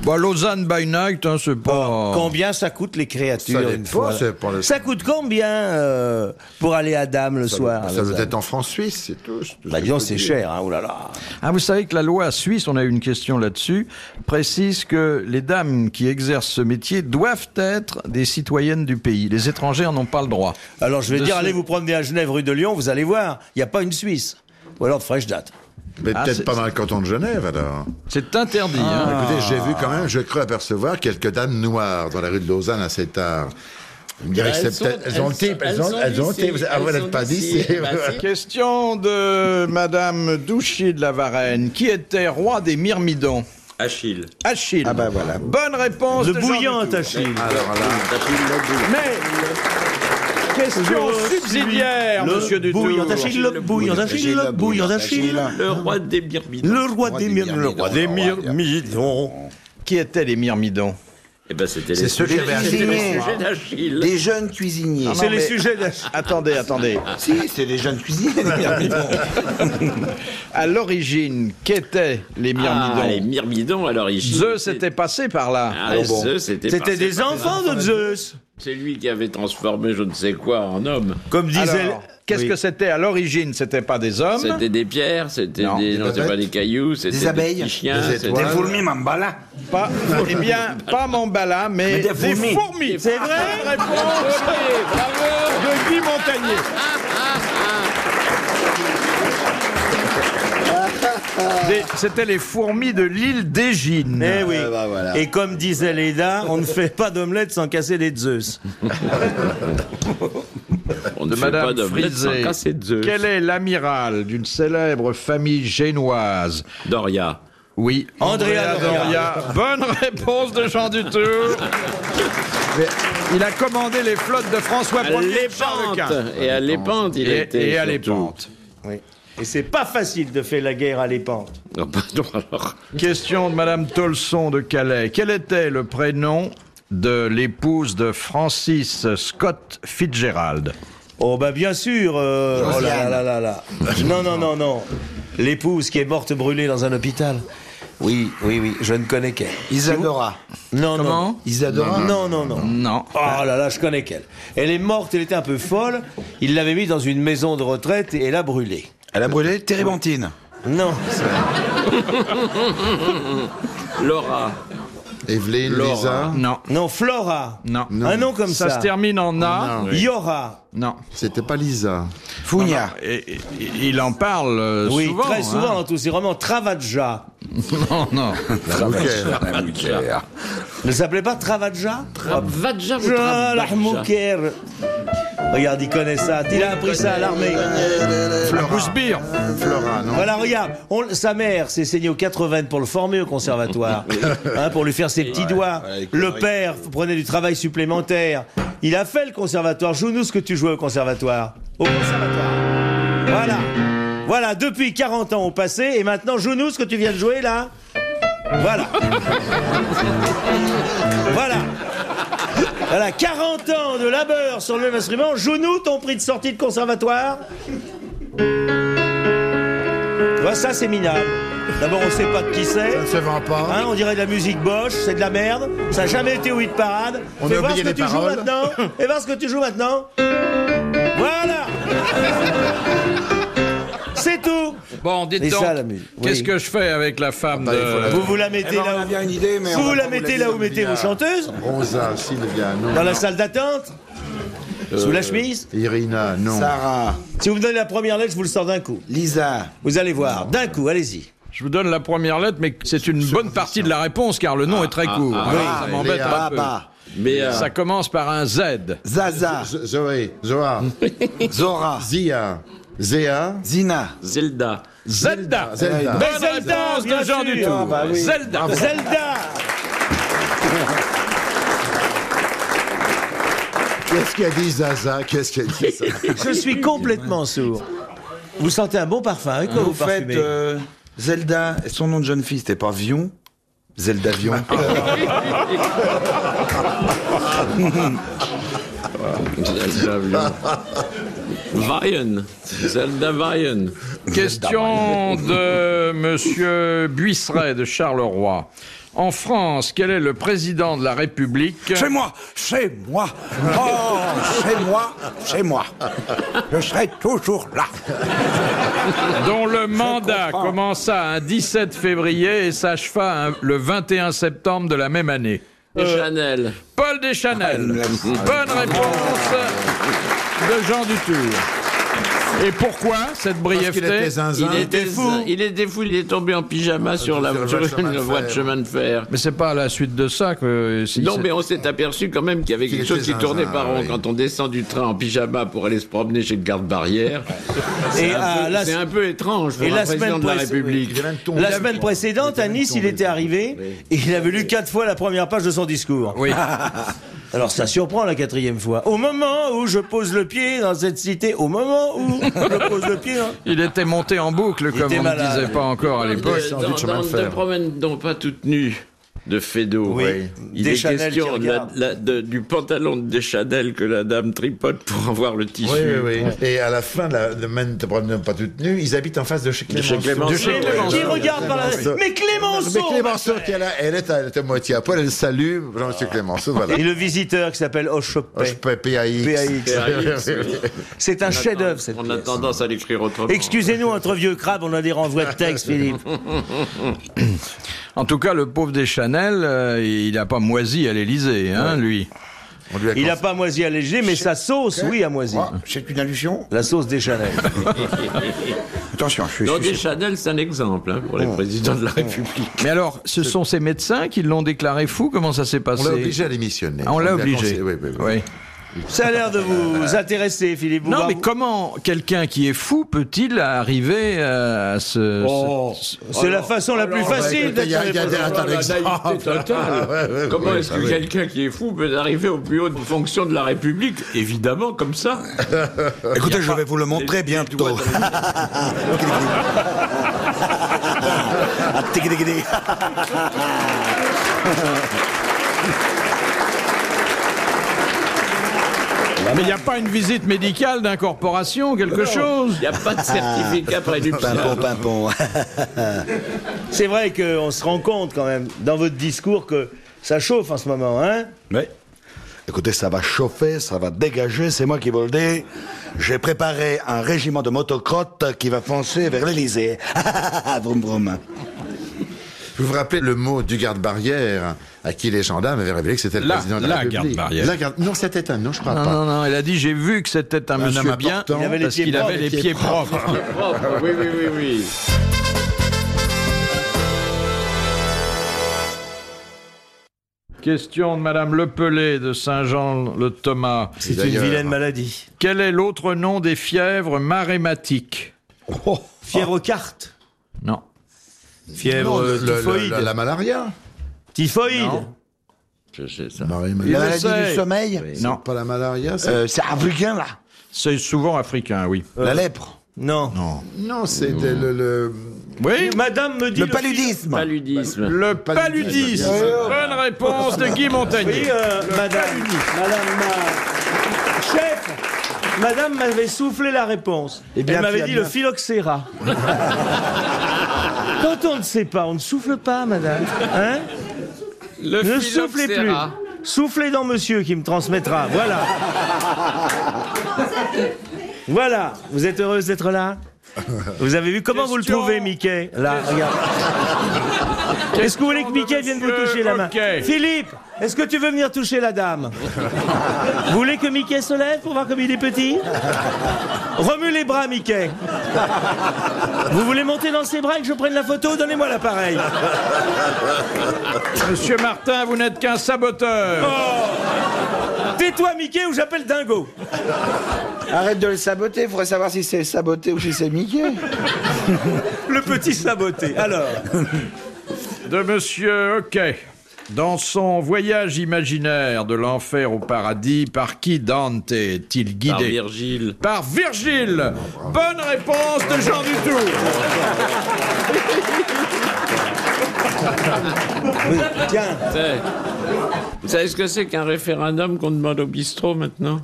[SPEAKER 3] Bah, Lausanne by night, hein, c'est pas...
[SPEAKER 4] Combien ça coûte les créatures
[SPEAKER 6] Oh. Ça
[SPEAKER 4] une
[SPEAKER 6] dépend,
[SPEAKER 4] fois
[SPEAKER 6] ça dépend le-
[SPEAKER 4] Ça coûte combien euh, pour aller à Dame le soir à
[SPEAKER 6] Ça doit
[SPEAKER 4] Lausanne
[SPEAKER 6] être en France-Suisse, c'est tout. c'est tout ce
[SPEAKER 4] Bah
[SPEAKER 6] que
[SPEAKER 4] disons,
[SPEAKER 6] je peux
[SPEAKER 4] c'est
[SPEAKER 6] dire.
[SPEAKER 4] cher, hein, oh là là.
[SPEAKER 3] Ah, vous savez que la loi suisse, on a eu une question là-dessus, précise que les dames qui exercent ce métier doivent être des citoyennes du pays. Les étrangers n'en ont pas le droit.
[SPEAKER 4] Alors je vais
[SPEAKER 3] De
[SPEAKER 4] dire,
[SPEAKER 3] ce-
[SPEAKER 4] allez vous promener à Genève rue de Lyon, vous allez voir, il n'y a pas une Suisse. Ou alors de fraîche date.
[SPEAKER 6] Mais
[SPEAKER 3] Ah, c'est-
[SPEAKER 6] peut-être pas dans le canton de Genève, alors.
[SPEAKER 3] C'est interdit.
[SPEAKER 7] Ah.
[SPEAKER 3] hein.
[SPEAKER 6] Écoutez, j'ai vu quand même, je crois apercevoir quelques dames noires dans la rue de Lausanne assez tard. Vous me direz que
[SPEAKER 5] Bah, Elles
[SPEAKER 6] c'est
[SPEAKER 5] sont-
[SPEAKER 6] peut-être-
[SPEAKER 5] elles
[SPEAKER 6] Elles ont le
[SPEAKER 5] sont-
[SPEAKER 6] type,
[SPEAKER 5] elles
[SPEAKER 6] elles ont
[SPEAKER 5] sont
[SPEAKER 6] elles ont le
[SPEAKER 5] d'ici,
[SPEAKER 6] type. Ah, vous
[SPEAKER 5] elles
[SPEAKER 6] n'êtes pas
[SPEAKER 5] sont d'ici,
[SPEAKER 6] d'ici.
[SPEAKER 5] bah,
[SPEAKER 6] voilà.
[SPEAKER 3] Question de Madame Douchier de la Varenne, qui était roi des Myrmidons.
[SPEAKER 5] Achille.
[SPEAKER 3] Achille.
[SPEAKER 7] Ah bah voilà.
[SPEAKER 3] Bonne réponse
[SPEAKER 4] Oh, Le
[SPEAKER 3] de Jean
[SPEAKER 4] bouillant
[SPEAKER 3] Dutour.
[SPEAKER 4] attaché.
[SPEAKER 6] Ah, Alors là,
[SPEAKER 3] Mais question subsidiaire, Monsieur
[SPEAKER 4] Le
[SPEAKER 3] Dutour.
[SPEAKER 4] bouillant d'Achille, le bouillant d'Achille, le bouillant d'Achille.
[SPEAKER 5] Le roi des Myrmidons.
[SPEAKER 4] Le roi des Myrmidons. Le roi des Myrmidons.
[SPEAKER 3] Qui étaient les Myrmidons
[SPEAKER 5] Eh ben, c'était
[SPEAKER 6] c'est
[SPEAKER 5] les
[SPEAKER 6] ceux qui avaient un
[SPEAKER 5] c'était
[SPEAKER 7] Cuisiniers.
[SPEAKER 5] le sujet d'Achille.
[SPEAKER 7] Des jeunes cuisiniers.
[SPEAKER 4] C'est les
[SPEAKER 3] mais-
[SPEAKER 4] sujets d'Achille.
[SPEAKER 3] Attendez, attendez.
[SPEAKER 7] Si, c'est des jeunes cuisiniers. les Myrmidons.
[SPEAKER 3] À l'origine, qu'étaient les Myrmidons
[SPEAKER 5] Ah, les Myrmidons, alors ils.
[SPEAKER 3] Zeus était passé par là.
[SPEAKER 5] Ah, les Zeus étaient
[SPEAKER 4] C'était
[SPEAKER 5] passés
[SPEAKER 4] des
[SPEAKER 5] par-
[SPEAKER 4] enfants de Zeus.
[SPEAKER 5] C'est lui qui avait transformé je ne sais quoi en homme.
[SPEAKER 4] Comme disait...
[SPEAKER 3] Alors, qu'est-ce
[SPEAKER 4] Oui.
[SPEAKER 3] que c'était à l'origine C'était pas des hommes
[SPEAKER 5] C'était des pierres, c'était
[SPEAKER 3] Non.
[SPEAKER 5] des, non, c'était pas des cailloux, c'était
[SPEAKER 7] Des abeilles.
[SPEAKER 5] petits chiens,
[SPEAKER 6] Des
[SPEAKER 5] c'était-
[SPEAKER 6] étoiles.
[SPEAKER 7] Des fourmis m'emballa.
[SPEAKER 3] pas, Eh bien, pas Mambala, mais, Ah,
[SPEAKER 7] Mais des fourmis.
[SPEAKER 3] C'est vrai réponse ah, de Guy Montagnier. Des- C'était les fourmis de l'île d'Égine.
[SPEAKER 6] Ah,
[SPEAKER 4] Eh oui.
[SPEAKER 7] bah voilà.
[SPEAKER 4] Et comme disait Léda, on ne fait pas d'omelette sans casser les Zeus.
[SPEAKER 5] On ne
[SPEAKER 3] de
[SPEAKER 5] fait pas
[SPEAKER 3] Madame
[SPEAKER 5] d'omelette sans
[SPEAKER 3] Frisé.
[SPEAKER 5] casser de Zeus.
[SPEAKER 3] Quel est l'amiral d'une célèbre famille génoise
[SPEAKER 5] Doria.
[SPEAKER 3] Oui,
[SPEAKER 4] Andrea
[SPEAKER 3] Doria. Bonne réponse de Jean Dutour. Mais Il a commandé les flottes de François Ier
[SPEAKER 5] À
[SPEAKER 3] Charles
[SPEAKER 5] l'épante.
[SPEAKER 3] Quint.
[SPEAKER 5] Et à l'épante, il
[SPEAKER 3] Et,
[SPEAKER 5] était.
[SPEAKER 3] et à
[SPEAKER 5] surtout.
[SPEAKER 3] l'épante.
[SPEAKER 4] Et c'est pas facile de faire la guerre à l'épante.
[SPEAKER 5] Oh, pardon, alors.
[SPEAKER 3] Question de Madame Tolson de Calais. Quel était le prénom de l'épouse de Francis Scott Fitzgerald
[SPEAKER 4] Oh bah bien sûr. euh, oh là là là là là. Non non non non. L'épouse qui est morte brûlée dans un hôpital. Oui oui oui. Je ne connais qu'elle.
[SPEAKER 7] Isadora.
[SPEAKER 4] Non non.
[SPEAKER 3] Comment
[SPEAKER 7] Isadora.
[SPEAKER 4] Non non non.
[SPEAKER 3] Non.
[SPEAKER 4] Oh là là, je connais qu'elle. Elle est morte, elle était un peu folle. Il l'avait mise dans une maison de retraite et elle a brûlé.
[SPEAKER 7] Elle a brûlé Térébenthine.
[SPEAKER 4] Non.
[SPEAKER 5] Laura.
[SPEAKER 6] Evelyne, Lisa,
[SPEAKER 3] Non.
[SPEAKER 4] Non, Flora.
[SPEAKER 3] Non.
[SPEAKER 4] Un nom Ah. comme ça.
[SPEAKER 3] Ça se termine en A.
[SPEAKER 4] Yora.
[SPEAKER 3] Non.
[SPEAKER 6] c'était pas Lisa.
[SPEAKER 7] Founia.
[SPEAKER 3] Et- et- il en parle euh,
[SPEAKER 4] Ah. Oui,
[SPEAKER 3] souvent.
[SPEAKER 4] très
[SPEAKER 3] hein.
[SPEAKER 4] souvent dans tous ces romans. Travadja.
[SPEAKER 3] Non, non.
[SPEAKER 4] Ne s'appelait pas Travadja
[SPEAKER 5] Vadja ou
[SPEAKER 4] Ah,
[SPEAKER 5] Travadja
[SPEAKER 4] l'Armouker. Regarde, il connaît ça. Il a appris ça à l'armée.
[SPEAKER 3] Rousbir.
[SPEAKER 6] Flora, non
[SPEAKER 4] Voilà, regarde. on- sa mère s'est saignée aux 80 pour le former au conservatoire, hein, pour lui faire ses petits doigts. le père prenait du travail supplémentaire. Il a fait le conservatoire. Joue-nous ce que tu jouais au conservatoire. Au conservatoire. Voilà. Voilà, depuis 40 ans au passé, et maintenant, joue-nous ce que tu viens de jouer là. Voilà. voilà. Voilà, 40 ans de labeur sur le même instrument. Joue-nous ton prix de sortie de conservatoire. Bah, ça, c'est minable. D'abord, on sait pas de qui c'est.
[SPEAKER 6] Ça ne se vend pas.
[SPEAKER 4] Hein, on dirait de la musique Bosch, c'est de la merde. Ça n'a jamais été au hit parade.
[SPEAKER 6] On
[SPEAKER 4] Fais
[SPEAKER 6] a
[SPEAKER 4] voir ce
[SPEAKER 6] oublié
[SPEAKER 4] que tu
[SPEAKER 6] les
[SPEAKER 4] joues
[SPEAKER 6] paroles.
[SPEAKER 4] maintenant. Et voir ce que tu joues maintenant. Voilà. C'est tout.
[SPEAKER 7] Euh,
[SPEAKER 5] Bon, dites
[SPEAKER 4] Et
[SPEAKER 5] donc,
[SPEAKER 4] ça, la musique.
[SPEAKER 5] qu'est-ce
[SPEAKER 4] Oui. Ah
[SPEAKER 5] que je fais avec la femme
[SPEAKER 6] Attendez, faut
[SPEAKER 5] de...
[SPEAKER 6] la-
[SPEAKER 4] Vous vous la
[SPEAKER 7] Eh
[SPEAKER 4] mettez
[SPEAKER 7] ben,
[SPEAKER 4] là
[SPEAKER 7] on a bien
[SPEAKER 4] où
[SPEAKER 7] une idée, mais.
[SPEAKER 4] vous,
[SPEAKER 7] on va
[SPEAKER 4] la
[SPEAKER 7] pas vous
[SPEAKER 4] mettez
[SPEAKER 7] dire.
[SPEAKER 4] là où mettez vos chanteuses
[SPEAKER 6] Rosa, Sylvia, non.
[SPEAKER 4] Dans la salle d'attente Sous
[SPEAKER 7] Euh,
[SPEAKER 4] la chemise
[SPEAKER 6] Irina, non.
[SPEAKER 7] Sarah,
[SPEAKER 4] Si vous me donnez la première lettre, je vous le sors d'un coup.
[SPEAKER 7] Lisa.
[SPEAKER 4] Vous allez voir. D'un coup, allez-y.
[SPEAKER 3] Je vous donne la première lettre, mais c'est une bonne partie de la réponse car le nom est très court.
[SPEAKER 5] ah,
[SPEAKER 3] Voilà,
[SPEAKER 6] ah,
[SPEAKER 3] ça m'embête
[SPEAKER 6] Léa.
[SPEAKER 3] un peu.
[SPEAKER 7] Baba.
[SPEAKER 5] Mais, euh,
[SPEAKER 3] Ça commence par un Z.
[SPEAKER 7] Zaza.
[SPEAKER 6] Z- Zoé, Zoa,
[SPEAKER 7] Zora.
[SPEAKER 6] Zia, Zéa,
[SPEAKER 7] Zina.
[SPEAKER 5] Zelda.
[SPEAKER 3] Zelda.
[SPEAKER 6] Zelda.
[SPEAKER 3] Bonne
[SPEAKER 4] Mais Zelda,
[SPEAKER 3] réponse
[SPEAKER 4] bien
[SPEAKER 3] de Jean
[SPEAKER 4] sûr.
[SPEAKER 3] Dutour.
[SPEAKER 4] Ah, bah oui.
[SPEAKER 3] Zelda.
[SPEAKER 4] Zelda
[SPEAKER 6] Qu'est-ce qu'a dit Zaza Qu'est-ce qu'a dit Zaza
[SPEAKER 4] Je suis complètement sourd. Vous sentez un bon parfum, avec quoi vous,
[SPEAKER 7] Vous faites
[SPEAKER 4] parfumez
[SPEAKER 7] euh, Zelda. et Son nom de jeune fille, c'était pas Vion Zelda Vion.
[SPEAKER 5] Zelda Vion. Varian. Zelda Varian.
[SPEAKER 3] Question de Monsieur Buisseret de Charleroi. En France, quel est le président de la République
[SPEAKER 10] Chez moi, chez moi, oh, chez moi, chez moi. Je serai toujours là.
[SPEAKER 3] dont le mandat commença un 17 février et s'acheva un- le 21 septembre de la même année
[SPEAKER 5] Et Chanel.
[SPEAKER 3] Paul Deschanel.
[SPEAKER 6] Ah,
[SPEAKER 3] Bonne réponse de Jean Dutour. Et pourquoi cette
[SPEAKER 6] Parce qu'il était
[SPEAKER 3] brièveté
[SPEAKER 6] zinzin.
[SPEAKER 5] Il était fou. Il était fou. Il est tombé en pyjama sur la
[SPEAKER 6] Ah, sur le
[SPEAKER 5] sur
[SPEAKER 6] chemin de
[SPEAKER 5] une voie de
[SPEAKER 6] fer.
[SPEAKER 5] chemin de fer.
[SPEAKER 3] Mais c'est pas à la suite de ça que euh, si
[SPEAKER 5] Non,
[SPEAKER 3] c'est-
[SPEAKER 5] mais on s'est aperçu quand même qu'il y avait
[SPEAKER 6] Qu'il
[SPEAKER 5] quelque chose
[SPEAKER 6] était
[SPEAKER 5] qui
[SPEAKER 6] zinzin,
[SPEAKER 5] tournait par rond.
[SPEAKER 6] oui.
[SPEAKER 5] Quand on descend du train en pyjama pour aller se promener chez le garde-barrière,
[SPEAKER 4] Et
[SPEAKER 5] un
[SPEAKER 4] ah,
[SPEAKER 5] peu-
[SPEAKER 4] la,
[SPEAKER 5] c'est un peu étrange pour
[SPEAKER 4] Et
[SPEAKER 5] un
[SPEAKER 4] la
[SPEAKER 5] président
[SPEAKER 4] semaine
[SPEAKER 5] de la
[SPEAKER 4] presse-
[SPEAKER 5] République.
[SPEAKER 6] Il est même tombé.
[SPEAKER 4] la semaine précédente, à Nice, il était arrivé et il avait lu quatre fois la première page de son discours.
[SPEAKER 3] Oui.
[SPEAKER 4] Alors ça surprend la quatrième fois. Au moment où je pose le pied dans cette cité, au moment où je pose le pied... hein.
[SPEAKER 3] Il était monté en boucle, comme
[SPEAKER 4] était
[SPEAKER 3] on ne
[SPEAKER 4] malade.
[SPEAKER 3] disait pas encore à l'époque.
[SPEAKER 5] De- dans- dans- Ne te promène donc pas toute nue de Fédo.
[SPEAKER 4] Oui.
[SPEAKER 5] Il
[SPEAKER 4] Des
[SPEAKER 5] est
[SPEAKER 4] Chanel
[SPEAKER 5] question
[SPEAKER 4] qui
[SPEAKER 5] de la-
[SPEAKER 4] regardent.
[SPEAKER 5] la- de- du pantalon de Deschanel que la dame tripote pour avoir le tissu.
[SPEAKER 6] Oui, oui, oui. Et à la fin, la, le man te promène pas toute nue, ils habitent en face de chez Clémenceau.
[SPEAKER 5] Clémenceau. De chez
[SPEAKER 4] Mais
[SPEAKER 5] Clémenceau.
[SPEAKER 4] Qui regarde par la... Mais
[SPEAKER 6] Mais
[SPEAKER 4] Clémenceau
[SPEAKER 6] Clémenceau, qui est là, elle est à, elle est à moitié à poil, elle salue Jean-Monsieur Clémenceau, voilà.
[SPEAKER 4] Et le visiteur qui s'appelle Ochopé.
[SPEAKER 6] Oh, je peux PAX.
[SPEAKER 4] PAX.
[SPEAKER 5] oui.
[SPEAKER 4] C'est un chef-d'œuvre cette
[SPEAKER 5] On a
[SPEAKER 4] pièce.
[SPEAKER 5] tendance à l'écrire autrement.
[SPEAKER 4] Excusez-nous, entre vieux crabes, on a des renvois de texte, Philippe.
[SPEAKER 3] En tout cas, le pauvre Deschanel, euh, il n'a pas moisi à l'Élysée, hein, lui.
[SPEAKER 6] On lui a
[SPEAKER 4] Il
[SPEAKER 6] conseillé-
[SPEAKER 4] a pas moisi allégé, mais sa sauce, oui, a moisi.
[SPEAKER 7] Ah, C'est une allusion
[SPEAKER 4] La sauce des Chanel.
[SPEAKER 7] Attention, je suis.
[SPEAKER 5] Non,
[SPEAKER 7] je suis-
[SPEAKER 5] Deschanel, c'est un exemple hein, pour
[SPEAKER 4] Oh.
[SPEAKER 5] les présidents de la République.
[SPEAKER 3] Mais alors, ce sont ces médecins qui l'ont déclaré fou Comment ça s'est
[SPEAKER 6] on
[SPEAKER 3] passé
[SPEAKER 6] l'a obligé à démissionner.
[SPEAKER 3] Ah, on l'a
[SPEAKER 6] lui a
[SPEAKER 3] obligé.
[SPEAKER 6] conseillé- Oui, oui, oui.
[SPEAKER 3] Oui.
[SPEAKER 4] Ça a l'air de vous intéresser, Philippe
[SPEAKER 3] Non,
[SPEAKER 4] Bouvard.
[SPEAKER 3] mais comment quelqu'un qui est fou peut-il arriver euh, à ce... ce-
[SPEAKER 4] C'est la façon
[SPEAKER 6] Oh
[SPEAKER 4] la plus facile
[SPEAKER 6] Il bah, y a- il y a-
[SPEAKER 4] d'être.
[SPEAKER 6] attends,
[SPEAKER 5] la
[SPEAKER 6] l'exemple.
[SPEAKER 5] naïveté totale. Comment est-ce que quelqu'un qui est fou peut arriver aux plus hautes fonctions de la République Évidemment, comme ça.
[SPEAKER 7] Écoutez, je vais vous le montrer bientôt. Ah, tiki-tiki-tiki.
[SPEAKER 3] Mais il n'y a pas une visite médicale d'incorporation, quelque chose
[SPEAKER 5] Il n'y a pas de
[SPEAKER 10] Ah.
[SPEAKER 5] certificat prénuptial.
[SPEAKER 7] Pimpon, pimpon.
[SPEAKER 4] C'est vrai qu'on se rend compte quand même dans votre discours que ça chauffe en ce moment, hein
[SPEAKER 7] Écoutez, ça va chauffer, ça va dégager, c'est moi qui vous le dis. J'ai préparé un régiment de motocrottes qui va foncer vers l'Elysée. vroom vroom.
[SPEAKER 6] Vous vous rappelez le mot du garde-barrière à qui les gendarmes avaient révélé que c'était le
[SPEAKER 3] La-
[SPEAKER 6] président de la,
[SPEAKER 3] la
[SPEAKER 6] République
[SPEAKER 3] garde-barrière.
[SPEAKER 6] La garde- Non, c'était un, non, je crois
[SPEAKER 3] Non,
[SPEAKER 6] pas.
[SPEAKER 3] non, non, elle a dit, j'ai vu que c'était un
[SPEAKER 6] homme
[SPEAKER 3] monsieur bien,
[SPEAKER 6] important. Il
[SPEAKER 4] avait les
[SPEAKER 3] parce
[SPEAKER 4] pieds
[SPEAKER 3] qu'il
[SPEAKER 4] propres,
[SPEAKER 3] avait
[SPEAKER 4] les
[SPEAKER 3] les pieds propres.
[SPEAKER 5] Propre, oui, oui, oui, oui.
[SPEAKER 3] Question de Madame Lepelé de Saint-Jean-le-Thomas.
[SPEAKER 4] C'est une
[SPEAKER 6] d'ailleurs-
[SPEAKER 4] vilaine maladie.
[SPEAKER 3] Quel est l'autre nom des fièvres marématiques
[SPEAKER 4] Fièvre aux cartes.
[SPEAKER 3] Non.
[SPEAKER 6] Oh. Non,
[SPEAKER 4] Fièvre euh,
[SPEAKER 6] le- le-
[SPEAKER 4] typhoïde.
[SPEAKER 6] la, la malaria
[SPEAKER 4] Typhoïde.
[SPEAKER 3] Non.
[SPEAKER 5] Je sais ça.
[SPEAKER 6] Marie-
[SPEAKER 3] Il
[SPEAKER 7] La
[SPEAKER 3] le
[SPEAKER 7] maladie
[SPEAKER 3] sait.
[SPEAKER 7] du sommeil
[SPEAKER 3] Non.
[SPEAKER 6] Pas la malaria c'est-
[SPEAKER 7] Euh, C'est africain, là
[SPEAKER 3] C'est souvent africain, oui.
[SPEAKER 7] La lèpre
[SPEAKER 4] Non.
[SPEAKER 6] Non, c'était le, le-
[SPEAKER 3] Oui
[SPEAKER 4] Madame me dit.
[SPEAKER 7] Le paludisme
[SPEAKER 5] Paludisme.
[SPEAKER 3] Le
[SPEAKER 6] paludisme.
[SPEAKER 3] paludisme. Bonne réponse de Guy Montagnier.
[SPEAKER 4] Oui, euh, madame. Madame. euh, Chef, Madame m'avait soufflé la réponse.
[SPEAKER 7] Eh bien,
[SPEAKER 4] Elle
[SPEAKER 7] tu
[SPEAKER 4] m'avait
[SPEAKER 7] as
[SPEAKER 4] dit
[SPEAKER 7] bien
[SPEAKER 4] le
[SPEAKER 7] fait.
[SPEAKER 4] phylloxéra. Quand on ne sait pas, on ne souffle pas, madame. Hein
[SPEAKER 5] Le
[SPEAKER 4] ne soufflez plus.
[SPEAKER 5] phylloxéra.
[SPEAKER 4] Soufflez dans monsieur qui me transmettra. Voilà. voilà. Vous êtes heureuse d'être là Vous avez vu comment vous le
[SPEAKER 5] Question.
[SPEAKER 4] trouvez, Mickey Là, regarde. Est-ce que vous voulez que Mickey vienne vous
[SPEAKER 5] monsieur
[SPEAKER 4] toucher la main
[SPEAKER 5] Coquet.
[SPEAKER 4] Philippe, est-ce que tu veux venir toucher la dame Vous voulez que Mickey se lève pour voir comme il est petit Remue les bras, Mickey. Vous voulez monter dans ses bras et que je prenne la photo Donnez-moi l'appareil.
[SPEAKER 3] Monsieur Martin, vous n'êtes qu'un saboteur.
[SPEAKER 4] Tais-toi, Mickey, ou j'appelle Dingo.
[SPEAKER 7] Arrête de le saboter, faudrait savoir si c'est saboté ou si c'est Mickey.
[SPEAKER 4] Le petit saboté. Alors,
[SPEAKER 3] De Monsieur Hockey. Dans son voyage imaginaire de l'enfer au paradis, par qui Dante est-il guidé
[SPEAKER 5] Par Virgile.
[SPEAKER 3] Par Virgile. Bonne réponse de Jean Dutour.
[SPEAKER 4] tiens.
[SPEAKER 5] Vous savez- Vous savez ce que c'est qu'un référendum qu'on demande au bistrot maintenant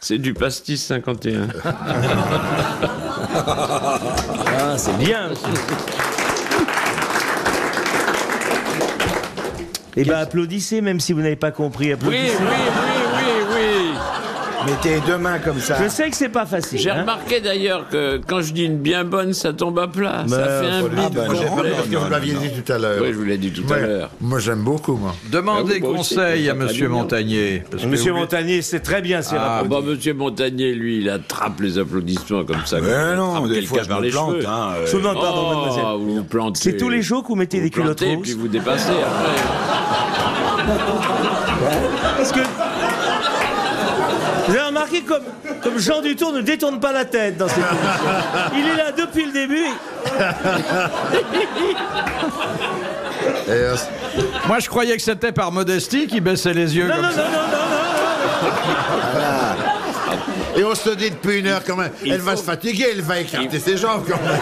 [SPEAKER 5] C'est du pastis 51.
[SPEAKER 4] Ah, c'est bien. Eh ben, applaudissez, même si vous n'avez pas compris.
[SPEAKER 5] Oui,
[SPEAKER 4] Applaudissez.
[SPEAKER 5] oui, oui, oui, oui.
[SPEAKER 7] Mettez les deux mains comme ça.
[SPEAKER 4] Je sais que c'est pas facile.
[SPEAKER 5] J'ai
[SPEAKER 4] hein.
[SPEAKER 5] remarqué d'ailleurs que quand je dis une bien bonne, ça tombe à plat. ça fait un bide.
[SPEAKER 6] Ah, ben, j'ai peur
[SPEAKER 5] complet.
[SPEAKER 6] parce que vous l'aviez dit tout à l'heure.
[SPEAKER 5] Oui, je vous l'ai dit tout à
[SPEAKER 6] Ouais.
[SPEAKER 5] l'heure.
[SPEAKER 6] Moi, j'aime beaucoup, moi.
[SPEAKER 3] Demandez
[SPEAKER 5] Ah oui, moi aussi,
[SPEAKER 3] conseil
[SPEAKER 5] c'est
[SPEAKER 3] à
[SPEAKER 5] très
[SPEAKER 3] Monsieur
[SPEAKER 5] mignon.
[SPEAKER 3] Montagnier. parce que
[SPEAKER 4] Monsieur
[SPEAKER 3] vous-
[SPEAKER 4] Montagnier, c'est très bien, c'est
[SPEAKER 5] Ah
[SPEAKER 4] rapide.
[SPEAKER 5] bah Monsieur Montagnier, lui, il attrape les applaudissements comme ça.
[SPEAKER 6] Ouais,
[SPEAKER 5] comme il
[SPEAKER 6] non,
[SPEAKER 5] attrape
[SPEAKER 6] des
[SPEAKER 5] quelqu'un
[SPEAKER 6] fois, je
[SPEAKER 5] par
[SPEAKER 6] me
[SPEAKER 5] les
[SPEAKER 6] plante.
[SPEAKER 5] cheveux.
[SPEAKER 6] hein, euh,
[SPEAKER 4] Souvent, pardon,
[SPEAKER 5] Oh,
[SPEAKER 4] mademoiselle.
[SPEAKER 5] vous vous plantez.
[SPEAKER 4] C'est tous les jours que vous mettez
[SPEAKER 5] Vous
[SPEAKER 4] des culottes
[SPEAKER 5] plantez, et puis
[SPEAKER 4] roses.
[SPEAKER 5] vous dépassez après.
[SPEAKER 4] Parce que. Vous avez remarqué comme, comme Jean Dutour ne détourne pas la tête dans cette émission. Il est là depuis le début.
[SPEAKER 6] et, euh,
[SPEAKER 3] Moi, je croyais que c'était par modestie qu'il baissait les yeux.
[SPEAKER 4] Non, non,
[SPEAKER 3] comme
[SPEAKER 4] non, non,
[SPEAKER 3] ça.
[SPEAKER 4] non,
[SPEAKER 6] et on se dit depuis une heure quand même. elle va
[SPEAKER 5] faut-
[SPEAKER 6] se fatiguer, elle va écarter ses jambes quand même.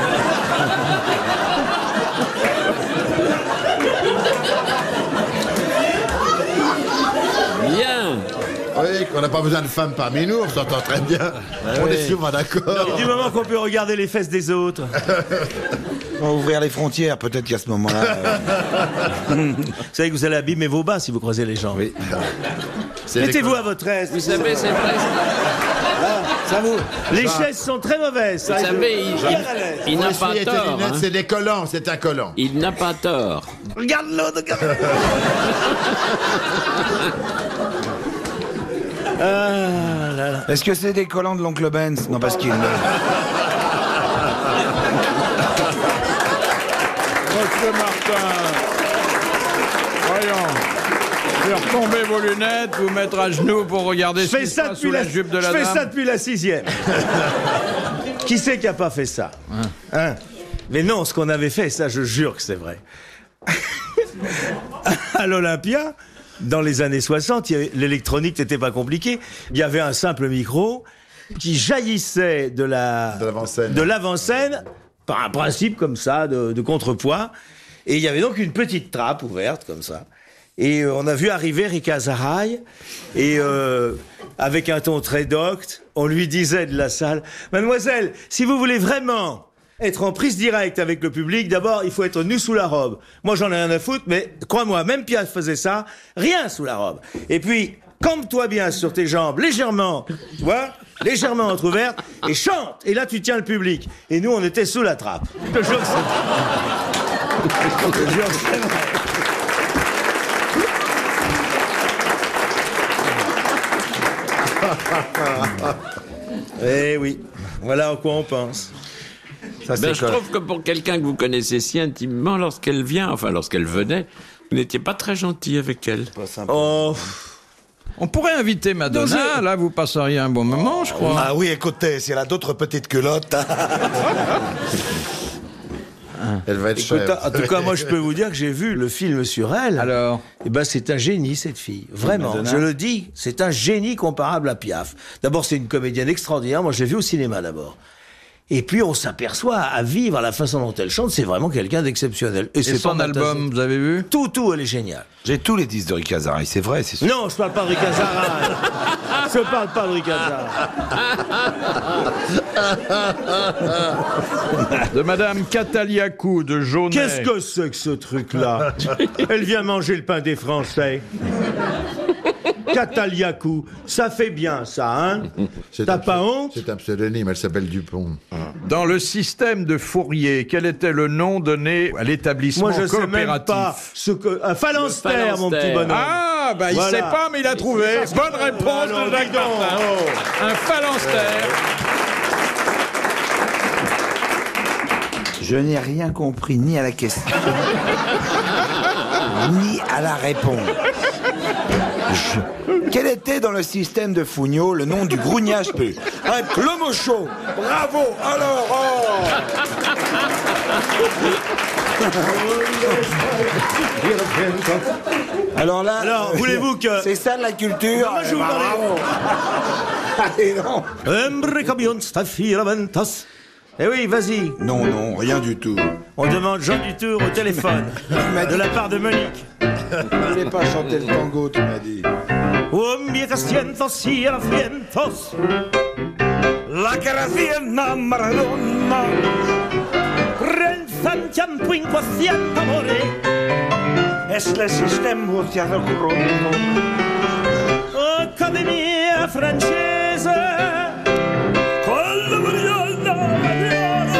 [SPEAKER 5] Bien
[SPEAKER 6] Oui, qu'on n'a pas besoin de femmes parmi nous, on s'entend très bien. on est souvent
[SPEAKER 4] non.
[SPEAKER 6] d'accord.
[SPEAKER 4] Du moment qu'on peut regarder les fesses des autres.
[SPEAKER 7] On va ouvrir les frontières, peut-être qu'à ce moment-là. euh,
[SPEAKER 4] Vous savez que vous allez abîmer vos bas si vous croisez les gens.
[SPEAKER 6] C'est
[SPEAKER 4] Mettez-vous à votre aise.
[SPEAKER 5] Vous savez, c'est presque...
[SPEAKER 7] ça vous.
[SPEAKER 4] Les chaises sont très mauvaises. ça,
[SPEAKER 5] Vous
[SPEAKER 4] je-
[SPEAKER 5] savez, il,
[SPEAKER 4] bien à l'aise.
[SPEAKER 5] il- il n'a
[SPEAKER 6] Les
[SPEAKER 5] pas
[SPEAKER 6] filles et tes
[SPEAKER 5] tort.
[SPEAKER 6] lunettes,
[SPEAKER 5] hein.
[SPEAKER 6] c'est des collants, c'est un collant.
[SPEAKER 5] Il n'a pas tort.
[SPEAKER 4] Regarde l'autre. regarde. ah là là.
[SPEAKER 7] Est-ce que c'est des collants de l'oncle Benz Non, parce qu'il.
[SPEAKER 3] Monsieur Martin. Voyons. Faire tomber vos lunettes, vous mettre à genoux pour regarder
[SPEAKER 4] Je
[SPEAKER 3] ce
[SPEAKER 4] fais
[SPEAKER 3] qui se
[SPEAKER 4] ça
[SPEAKER 3] passe sous
[SPEAKER 4] depuis
[SPEAKER 3] la,
[SPEAKER 4] la,
[SPEAKER 3] jupe de la
[SPEAKER 4] je fais
[SPEAKER 3] dame.
[SPEAKER 4] ça depuis la sixième. qui c'est qui a pas fait ça Hein Mais non, ce qu'on avait fait, ça, je jure que c'est vrai. à l'Olympia, dans les années 60, il y avait- l'électronique n'était pas compliquée. Il y avait un simple micro qui jaillissait de la
[SPEAKER 6] De l'avant-scène.
[SPEAKER 4] de l'avant-scène par un principe comme ça de, de contrepoids. Et il y avait donc une petite trappe ouverte comme ça. Et euh, on a vu arriver Rika Zaraï et euh, avec un ton très docte, on lui disait de la salle, Mademoiselle, si vous voulez vraiment être en prise directe avec le public, d'abord, il faut être nu sous la robe. Moi, j'en ai rien à foutre, mais crois-moi, même Piaf faisait ça, rien sous la robe. Et puis, campe-toi bien sur tes jambes, légèrement, tu vois, légèrement entr'ouvertes, et chante. Et là, tu tiens le public. Et nous, on était sous la trappe. Je te jure que c'est- Je te jure que c'est vrai. Eh oui, voilà à quoi on pense.
[SPEAKER 7] Ça,
[SPEAKER 5] Ben,
[SPEAKER 7] c'est
[SPEAKER 5] je trouve que pour quelqu'un que vous connaissez si intimement, lorsqu'elle vient, enfin lorsqu'elle venait, vous n'étiez pas très gentil avec elle.
[SPEAKER 4] Oh,
[SPEAKER 3] On pourrait inviter Madonna, là vous passeriez un bon moment, je crois.
[SPEAKER 10] Ah oui, écoutez, si elle a d'autres petites culottes.
[SPEAKER 6] Elle va être
[SPEAKER 4] Écoute,
[SPEAKER 6] chère.
[SPEAKER 4] en tout cas, moi, je peux vous dire que j'ai vu le film sur elle.
[SPEAKER 3] Alors
[SPEAKER 4] Eh ben, c'est un génie, cette fille. Vraiment. je le dis, c'est un génie comparable à Piaf. D'abord, c'est une comédienne extraordinaire. Moi, je l'ai vue au cinéma, d'abord. Et puis on s'aperçoit à vivre la façon dont elle chante, c'est vraiment quelqu'un d'exceptionnel.
[SPEAKER 3] Et
[SPEAKER 4] c'est
[SPEAKER 3] son
[SPEAKER 4] pas fantastique.
[SPEAKER 3] album, vous avez vu
[SPEAKER 4] Tout, tout, elle est géniale.
[SPEAKER 6] J'ai tous les 10 de Ricazari, c'est vrai, c'est sûr.
[SPEAKER 4] Non, je parle pas de Ricazara. je parle pas de Ricazara.
[SPEAKER 3] De Madame Cataliakou de Jaunet.
[SPEAKER 4] Qu'est-ce que c'est que ce truc-là Elle vient manger le pain des Français. Cataliakou, ça fait bien ça, hein
[SPEAKER 6] C'est
[SPEAKER 4] T'as
[SPEAKER 6] un
[SPEAKER 4] pas
[SPEAKER 6] pseu-
[SPEAKER 4] honte
[SPEAKER 6] C'est un pseudonyme, elle s'appelle Dupont.
[SPEAKER 3] Dans le système de Fourier, quel était le nom donné à l'établissement
[SPEAKER 4] Moi je sais
[SPEAKER 3] coopératif
[SPEAKER 4] même pas ce que... Un phalanstère,
[SPEAKER 5] Le
[SPEAKER 4] mon petit
[SPEAKER 5] phalanstère.
[SPEAKER 4] bonhomme.
[SPEAKER 3] Ah, bah il
[SPEAKER 4] Voilà.
[SPEAKER 3] sait pas, mais il a trouvé. Bonne réponse
[SPEAKER 4] Alors,
[SPEAKER 3] de Jacques
[SPEAKER 4] dis donc,
[SPEAKER 3] Martin.
[SPEAKER 4] oh.
[SPEAKER 3] Un phalanstère.
[SPEAKER 7] Je n'ai rien compris ni à la question, ni à la réponse. Je- Quel était dans le système de Fougnot le nom du grougnage peu Un clomochon Bravo Alors oh Alors là,
[SPEAKER 4] Alors, voulez-vous que-
[SPEAKER 7] Ah. C'est ça de la culture
[SPEAKER 4] Moi, je vous parlais-
[SPEAKER 7] Allez, non
[SPEAKER 4] Embrekabion stafiraventos. Eh oui, vas-y.
[SPEAKER 7] Non, non, rien du tout.
[SPEAKER 4] On demande Jean Dutour au téléphone. de la part de Monique.
[SPEAKER 7] Je voulais pas chanter le tango, tu m'as dit.
[SPEAKER 4] Um viecasientos y alacientos.
[SPEAKER 9] La Graciana Maradona,
[SPEAKER 4] Renzantian quinquacientamore.
[SPEAKER 9] es le sistema de Adocrono,
[SPEAKER 4] Accademia francese.
[SPEAKER 9] con la Mariana Mariano.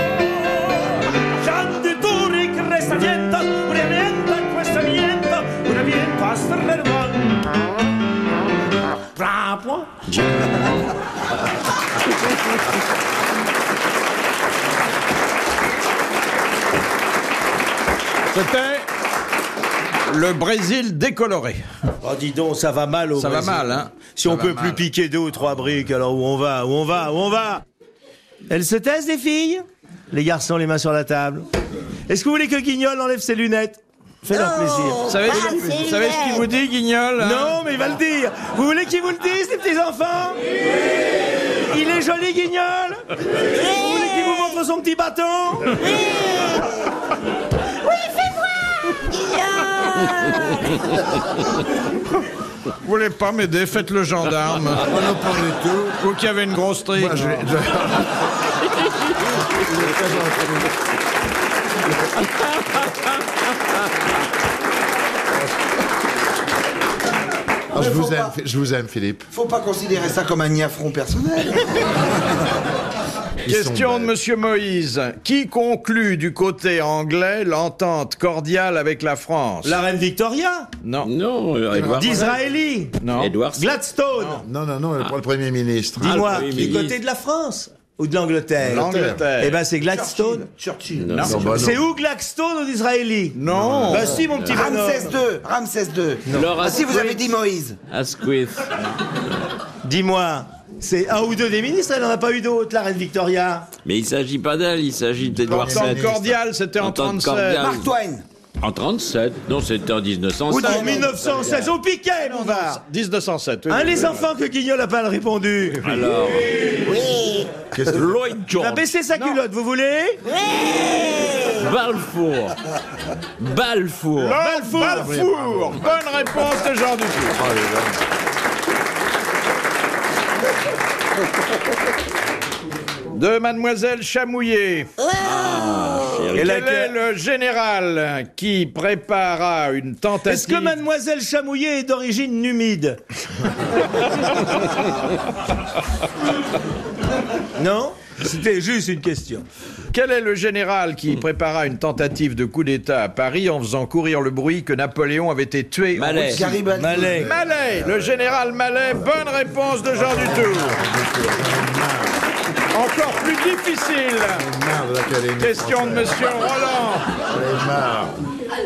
[SPEAKER 4] Jean Dutour y crestavientos. Una vienta en cuestamiento. Una vienta hasta el verbal. Bra, point.
[SPEAKER 3] C'était le Brésil décoloré.
[SPEAKER 4] Oh, dis donc, ça va mal au
[SPEAKER 3] Ça va
[SPEAKER 4] Brésil.
[SPEAKER 3] mal, hein.
[SPEAKER 4] Si
[SPEAKER 3] Ça
[SPEAKER 4] on
[SPEAKER 3] va
[SPEAKER 4] peut
[SPEAKER 3] mal.
[SPEAKER 4] plus piquer deux ou trois briques, alors où on va Où on va Où on va Elles se taisent, les filles Les garçons, les mains sur la table. Est-ce que vous voulez que Guignol enlève ses lunettes Fais-leur plaisir.
[SPEAKER 3] Vous savez, vous savez ce qu'il vous dit, Guignol hein
[SPEAKER 4] Ah, Non, mais il va le dire. Vous voulez qu'ils vous le disent, les petits enfants Il est joli, Guignol Vous voulez qu'il vous montre son petit bâton
[SPEAKER 3] Vous voulez pas m'aider Faites le gendarme.
[SPEAKER 6] non, pas du tout.
[SPEAKER 3] Vous qui avez une grosse trique.
[SPEAKER 6] Moi, je vais- je- Ah, je, vous aime, je vous aime, Philippe.
[SPEAKER 7] Faut pas considérer ça comme un niafron personnel.
[SPEAKER 6] Ils sont
[SPEAKER 3] Question de
[SPEAKER 6] bêtes.
[SPEAKER 3] Monsieur Moïse. Qui conclut du côté anglais l'entente cordiale avec la France
[SPEAKER 4] La reine Victoria
[SPEAKER 3] Non,
[SPEAKER 5] Non, Edouard.
[SPEAKER 4] D'Israeli
[SPEAKER 3] non.
[SPEAKER 5] Edouard
[SPEAKER 4] Gladstone
[SPEAKER 6] Non, non, non, pour le Premier ministre.
[SPEAKER 4] Dis-moi,
[SPEAKER 5] Ah, oui,
[SPEAKER 4] du
[SPEAKER 5] mais-
[SPEAKER 4] côté de la France ou de l'Angleterre
[SPEAKER 3] L'Angleterre.
[SPEAKER 4] Eh ben, c'est Gladstone.
[SPEAKER 7] Churchill.
[SPEAKER 5] Non.
[SPEAKER 6] Non, bah, non.
[SPEAKER 4] C'est où Gladstone aux Israélites
[SPEAKER 3] Non.
[SPEAKER 4] Bah si, mon petit bonhomme.
[SPEAKER 7] Ramsès II. Ramsès II.
[SPEAKER 5] Laura Ah
[SPEAKER 7] Ah si, vous
[SPEAKER 5] Squid.
[SPEAKER 7] avez dit Moïse.
[SPEAKER 5] Asquith.
[SPEAKER 4] Dis-moi, c'est un ou deux des ministres, elle n'en a pas eu d'autres, la reine Victoria.
[SPEAKER 5] Mais il s'agit pas d'elle, il s'agit d'Edouard
[SPEAKER 3] L'entente
[SPEAKER 5] VII.
[SPEAKER 3] cordiale, c'était en
[SPEAKER 5] Entente
[SPEAKER 3] 37.
[SPEAKER 5] cordiale.
[SPEAKER 7] Mark Twain.
[SPEAKER 5] En 37 Non, c'était en 1907.
[SPEAKER 4] en 1916, au piquet, mon var.
[SPEAKER 3] 1907. oui,
[SPEAKER 4] Hein,
[SPEAKER 3] oui,
[SPEAKER 4] les
[SPEAKER 3] oui.
[SPEAKER 4] enfants que Guignol n'a pas répondu.
[SPEAKER 5] Alors,
[SPEAKER 6] Qu'est-ce que-
[SPEAKER 5] Lloyd
[SPEAKER 4] Il a
[SPEAKER 5] George,
[SPEAKER 4] baissé sa culotte, vous voulez
[SPEAKER 5] Balfour, Balfour,
[SPEAKER 3] Balfour. Balfour. Bonne réponse de Jean Dufour. De Mademoiselle Chamouillet.
[SPEAKER 5] chérie.
[SPEAKER 3] Quel
[SPEAKER 4] là,
[SPEAKER 3] est
[SPEAKER 4] que-
[SPEAKER 3] le général qui prépara une tentative
[SPEAKER 4] Est-ce que mademoiselle Chamouillet est d'origine numide Non C'était juste une question.
[SPEAKER 3] Quel est le général qui
[SPEAKER 5] Hmm.
[SPEAKER 3] prépara une tentative de coup d'État à Paris en faisant courir le bruit que Napoléon avait été tué en
[SPEAKER 5] Mallet.
[SPEAKER 3] Russie
[SPEAKER 7] Garibaldi.
[SPEAKER 4] Malais.
[SPEAKER 3] Mallet, le général Mallet, bonne réponse de Jean Dutour. Encore plus difficile,
[SPEAKER 6] Ah, de l'Académie
[SPEAKER 3] question de Monsieur Roland.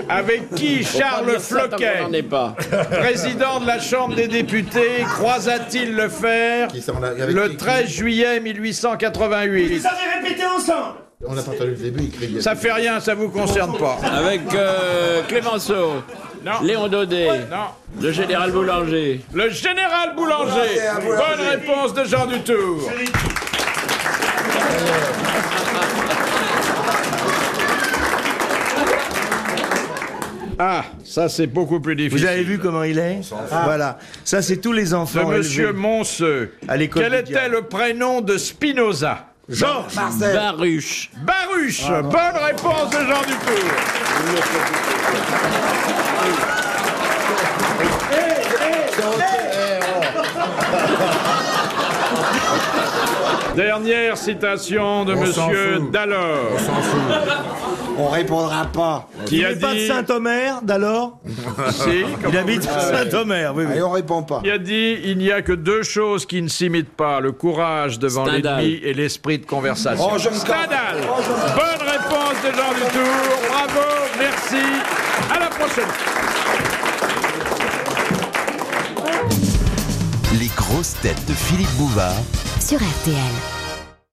[SPEAKER 3] Avec qui Charles
[SPEAKER 5] On n'en est
[SPEAKER 3] Floquet,
[SPEAKER 5] pas.
[SPEAKER 3] président de la Chambre des députés, croisa-t-il le fer
[SPEAKER 6] Qui ça, on a- avec qui-
[SPEAKER 3] le
[SPEAKER 6] qui-
[SPEAKER 3] 13 juillet 1888
[SPEAKER 4] avez répété ensemble
[SPEAKER 6] On n'a pas entendu le début, il criait.
[SPEAKER 3] Ça fait rien, ça vous concerne pas.
[SPEAKER 5] Avec euh, Clémenceau,
[SPEAKER 3] Non.
[SPEAKER 5] Léon Daudet,
[SPEAKER 3] Non.
[SPEAKER 5] le général Boulanger.
[SPEAKER 3] Le général Boulanger. Bonne réponse de Jean Dutour. Ah, ça c'est beaucoup plus difficile.
[SPEAKER 4] Vous avez vu comment il est Voilà. Ça, c'est tous les
[SPEAKER 3] De
[SPEAKER 4] enfants.
[SPEAKER 3] Monsieur
[SPEAKER 4] élevés.
[SPEAKER 3] Monceux.
[SPEAKER 4] À l'école
[SPEAKER 3] Quel
[SPEAKER 4] du
[SPEAKER 3] était
[SPEAKER 4] diable.
[SPEAKER 3] le prénom de Spinoza Georges Baruch. Baruch Bonne réponse de Jean Dufour Dernière citation de Monsieur Dallor,
[SPEAKER 7] On répondra pas.
[SPEAKER 3] qui
[SPEAKER 4] Il
[SPEAKER 3] a
[SPEAKER 4] n'est pas de
[SPEAKER 3] dit...
[SPEAKER 4] Saint-Omer, d'alors
[SPEAKER 3] Si,
[SPEAKER 4] Il
[SPEAKER 3] comment-
[SPEAKER 4] habite à Saint-Omer, oui, oui.
[SPEAKER 7] Et on répond pas.
[SPEAKER 5] Il a dit il n'y a que deux choses qui ne s'imitent pas le courage devant
[SPEAKER 3] Stendhal.
[SPEAKER 5] l'ennemi et l'esprit de conversation.
[SPEAKER 7] Oh, j'aime quand-
[SPEAKER 3] Stendhal. Bonne réponse de Jean Dutour. Bravo, merci. À la prochaine.
[SPEAKER 1] Les grosses têtes de Philippe Bouvard
[SPEAKER 2] sur RTL.